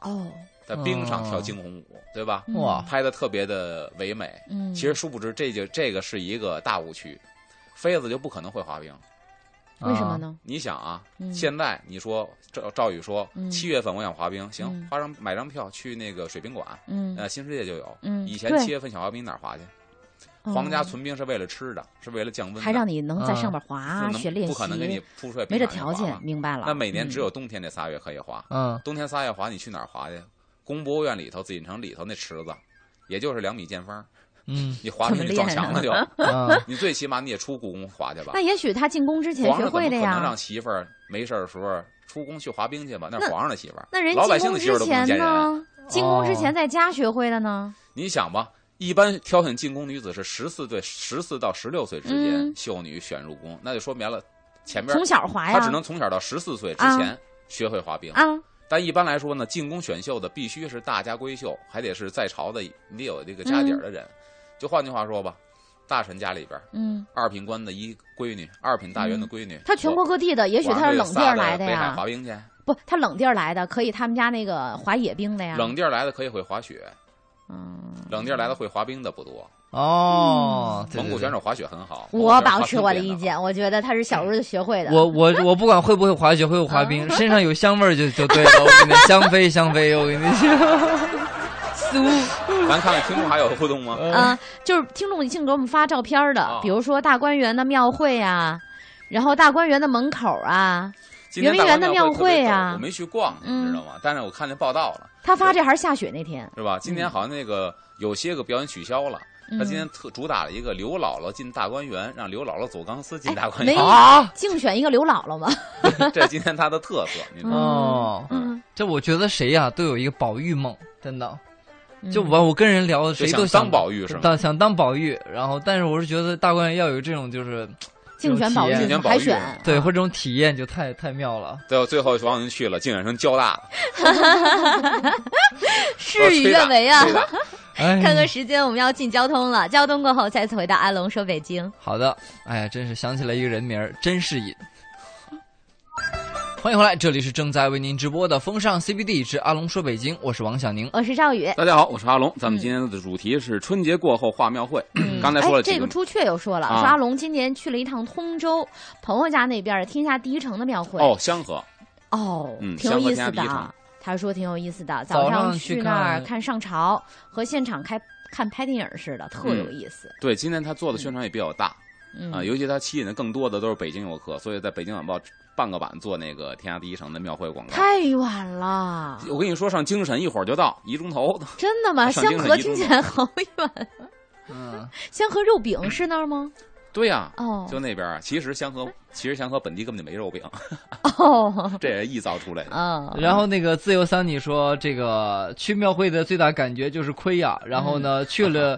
Speaker 2: 哦
Speaker 3: 在冰上跳
Speaker 1: 哦
Speaker 3: 惊鸿舞，对吧？
Speaker 1: 哇
Speaker 3: 拍的特别的唯美。
Speaker 2: 嗯，
Speaker 3: 其实殊不知，这就这个是一个大误区，妃子就不可能会滑冰。
Speaker 1: 嗯
Speaker 2: 为什么？呢？
Speaker 3: 你想啊，
Speaker 2: 嗯
Speaker 3: 现在你说赵赵宇说
Speaker 2: 嗯
Speaker 3: 七月份我想滑冰，行
Speaker 2: 嗯，
Speaker 3: 花张买张票去那个水冰馆，
Speaker 2: 嗯
Speaker 3: 呃，新世界就有。
Speaker 2: 嗯，
Speaker 3: 以前
Speaker 2: 对哦嗯
Speaker 3: 七月份想滑冰哪儿滑去？皇家存冰是为了吃的，是为了降温的，
Speaker 2: 还让你能在上面
Speaker 3: 不
Speaker 2: 滑
Speaker 3: 能
Speaker 2: 学练习，
Speaker 3: 不可能给你铺出来冰
Speaker 2: 没这
Speaker 3: 场就
Speaker 2: 条
Speaker 3: 滑
Speaker 2: 件
Speaker 3: 嘛，
Speaker 2: 明白了。
Speaker 3: 那每年
Speaker 2: 嗯
Speaker 3: 只有冬天这仨月可以滑，
Speaker 1: 嗯
Speaker 3: 冬天仨月滑你去哪儿滑去？宫博物院里头、紫禁城里头那池子，也就是两米见方，
Speaker 1: 嗯
Speaker 3: 你滑出
Speaker 2: 怎
Speaker 3: 去
Speaker 2: 么
Speaker 3: 你撞
Speaker 2: 练
Speaker 3: 墙了就。
Speaker 1: 啊
Speaker 3: 你最起码你也出故宫滑去吧
Speaker 2: 那。也许他进宫之前
Speaker 3: 皇
Speaker 2: 学
Speaker 3: 上怎
Speaker 2: 会
Speaker 3: 么可
Speaker 2: 的
Speaker 3: 能
Speaker 2: 呀
Speaker 3: 让。媳妇儿没事儿的时候出宫去滑冰去吧？那
Speaker 2: 那
Speaker 3: 是皇上的媳妇儿，
Speaker 2: 那人
Speaker 3: 老百
Speaker 2: 进
Speaker 3: 姓
Speaker 2: 宫
Speaker 3: 的媳妇
Speaker 2: 之
Speaker 3: 儿都不
Speaker 2: 前
Speaker 3: 能见人。啊
Speaker 2: 呢？进宫之
Speaker 1: 哦
Speaker 2: 前在家学会的呢？
Speaker 3: 你想吧，一般挑选进宫女子是十四对十四到十六岁之间
Speaker 2: 嗯
Speaker 3: 秀女选入宫，那就说明了前边
Speaker 2: 从小滑呀？
Speaker 3: 她只能从小到十四岁之前学会滑冰。
Speaker 2: 啊，
Speaker 3: 但一般来说呢，进宫选秀的必须是大家闺秀，还得是在朝的，你得有这个家底儿的人。就换句话说吧，大臣家里边儿
Speaker 2: 嗯，
Speaker 3: 二品官的一闺女，二品大员的闺女，
Speaker 2: 他全国各地的，也
Speaker 3: 也
Speaker 2: 许他是冷地儿来的
Speaker 3: 的北海
Speaker 2: 呀
Speaker 3: 滑，冰去，
Speaker 2: 不，他冷地儿来的，可以他们家那个滑野冰的呀。
Speaker 3: 冷地儿来的可以会滑雪，
Speaker 2: 嗯，
Speaker 3: 冷地儿来的会滑冰的不多。
Speaker 1: 哦，对
Speaker 3: 蒙古
Speaker 1: 对对
Speaker 3: 选手滑雪很好，
Speaker 2: 我
Speaker 3: 蒙古选手滑
Speaker 2: 保持我的
Speaker 3: 冰
Speaker 2: 意
Speaker 3: 也很好。
Speaker 2: 见，我觉得他是小时候就学会的。
Speaker 1: 嗯我我我不管会不会滑雪，会不会滑
Speaker 2: 啊
Speaker 1: 冰，身上有香味儿就就对了。我给你香妃香妃，我给你酥
Speaker 3: 咱看看听众还有互动吗？
Speaker 2: 啊，就是听众净给我们发照片儿的
Speaker 3: 哦，
Speaker 2: 比如说大观园的庙会啊，然后大观园的门口啊，
Speaker 3: 今天
Speaker 2: 圆明园的
Speaker 3: 大观
Speaker 2: 庙会
Speaker 3: 特别
Speaker 2: 啊
Speaker 3: 陡我没去逛，你知道吗？但是我看那报道了，
Speaker 2: 他发这还是下雪那天。
Speaker 3: 是吧？今年好像那个有些个表演取消了。
Speaker 2: 嗯
Speaker 3: 他今天特主打了一个刘姥姥进大观园，让刘姥姥走钢丝进大观
Speaker 2: 哎没
Speaker 3: 园，
Speaker 1: 啊！
Speaker 2: 竞选一个刘姥姥嘛，
Speaker 3: 这是今天他的特色，你知道吗？
Speaker 1: 哦，
Speaker 2: 嗯，
Speaker 1: 这我觉得谁呀、都有一个宝玉梦，真的。
Speaker 2: 嗯
Speaker 1: 就我我跟人聊，谁都
Speaker 3: 嗯就嗯想当
Speaker 1: 想
Speaker 3: 宝玉是吗？
Speaker 1: 当想当宝玉，然后但是我是觉得大观园要有这种就是
Speaker 3: 嗯
Speaker 2: 竞选宝玉
Speaker 1: 竞
Speaker 3: 选宝玉
Speaker 2: 海选，
Speaker 1: 对或者这种体验就太太妙 了。
Speaker 3: 最后最后王云去了，竟然成交大了，
Speaker 2: 事与愿违啊
Speaker 3: 吹！大
Speaker 1: 哎，
Speaker 2: 看看时间，我们要进交通了。交通过后，再次回到阿龙说北京。
Speaker 1: 好的，哎呀，真是想起来一个人名儿，甄士隐。欢迎回来，这里是正在为您直播的风尚 CBD 之阿龙说北京，我是王小宁。
Speaker 2: 我是赵宇。
Speaker 3: 大家好，我是阿龙，咱
Speaker 2: 嗯
Speaker 3: 们今天的主题是春节过后画庙会。刚才说
Speaker 2: 哎，
Speaker 3: 了
Speaker 2: 这
Speaker 3: 几
Speaker 2: 个朱雀又说了，
Speaker 3: 啊
Speaker 2: 说阿龙今年去了一趟通州朋友家那边儿天下第一城的庙会，
Speaker 3: 哦，香河
Speaker 2: 哦
Speaker 3: 嗯
Speaker 2: 挺有意
Speaker 3: 香
Speaker 2: 思
Speaker 3: 河天
Speaker 2: 的
Speaker 3: 下第一城
Speaker 2: 啊。他说挺有意思的，
Speaker 1: 早
Speaker 2: 早
Speaker 1: 上去
Speaker 2: 去那儿
Speaker 1: 看
Speaker 2: 看上朝和现场开看拍电影似的，特
Speaker 3: 嗯
Speaker 2: 有意思。
Speaker 3: 对，今天他做的宣传也比较大
Speaker 2: 嗯
Speaker 3: 啊，尤其他吸引的更多的都是北京游客，所以在北京晚报半个版做那个天下第一城的庙会广告。
Speaker 2: 太远了，
Speaker 3: 我跟你说，上精神一会儿就到，一钟头。
Speaker 2: 真的吗？
Speaker 3: 上
Speaker 2: 香
Speaker 3: 京城
Speaker 2: 河
Speaker 3: 一
Speaker 2: 听
Speaker 3: 中
Speaker 2: 起来 好远，
Speaker 1: 嗯，
Speaker 2: 香河肉饼是那儿吗？
Speaker 3: 对呀、
Speaker 2: 哦
Speaker 3: 就那边啊。其实香河，其实香河本地根本就没肉饼，
Speaker 2: 哦，
Speaker 3: 这也是臆造出来的。
Speaker 2: 哦，
Speaker 1: 然后那个自啊
Speaker 3: 嗯
Speaker 1: 由桑你说这个去庙会的最大感觉就是亏呀，然后呢去了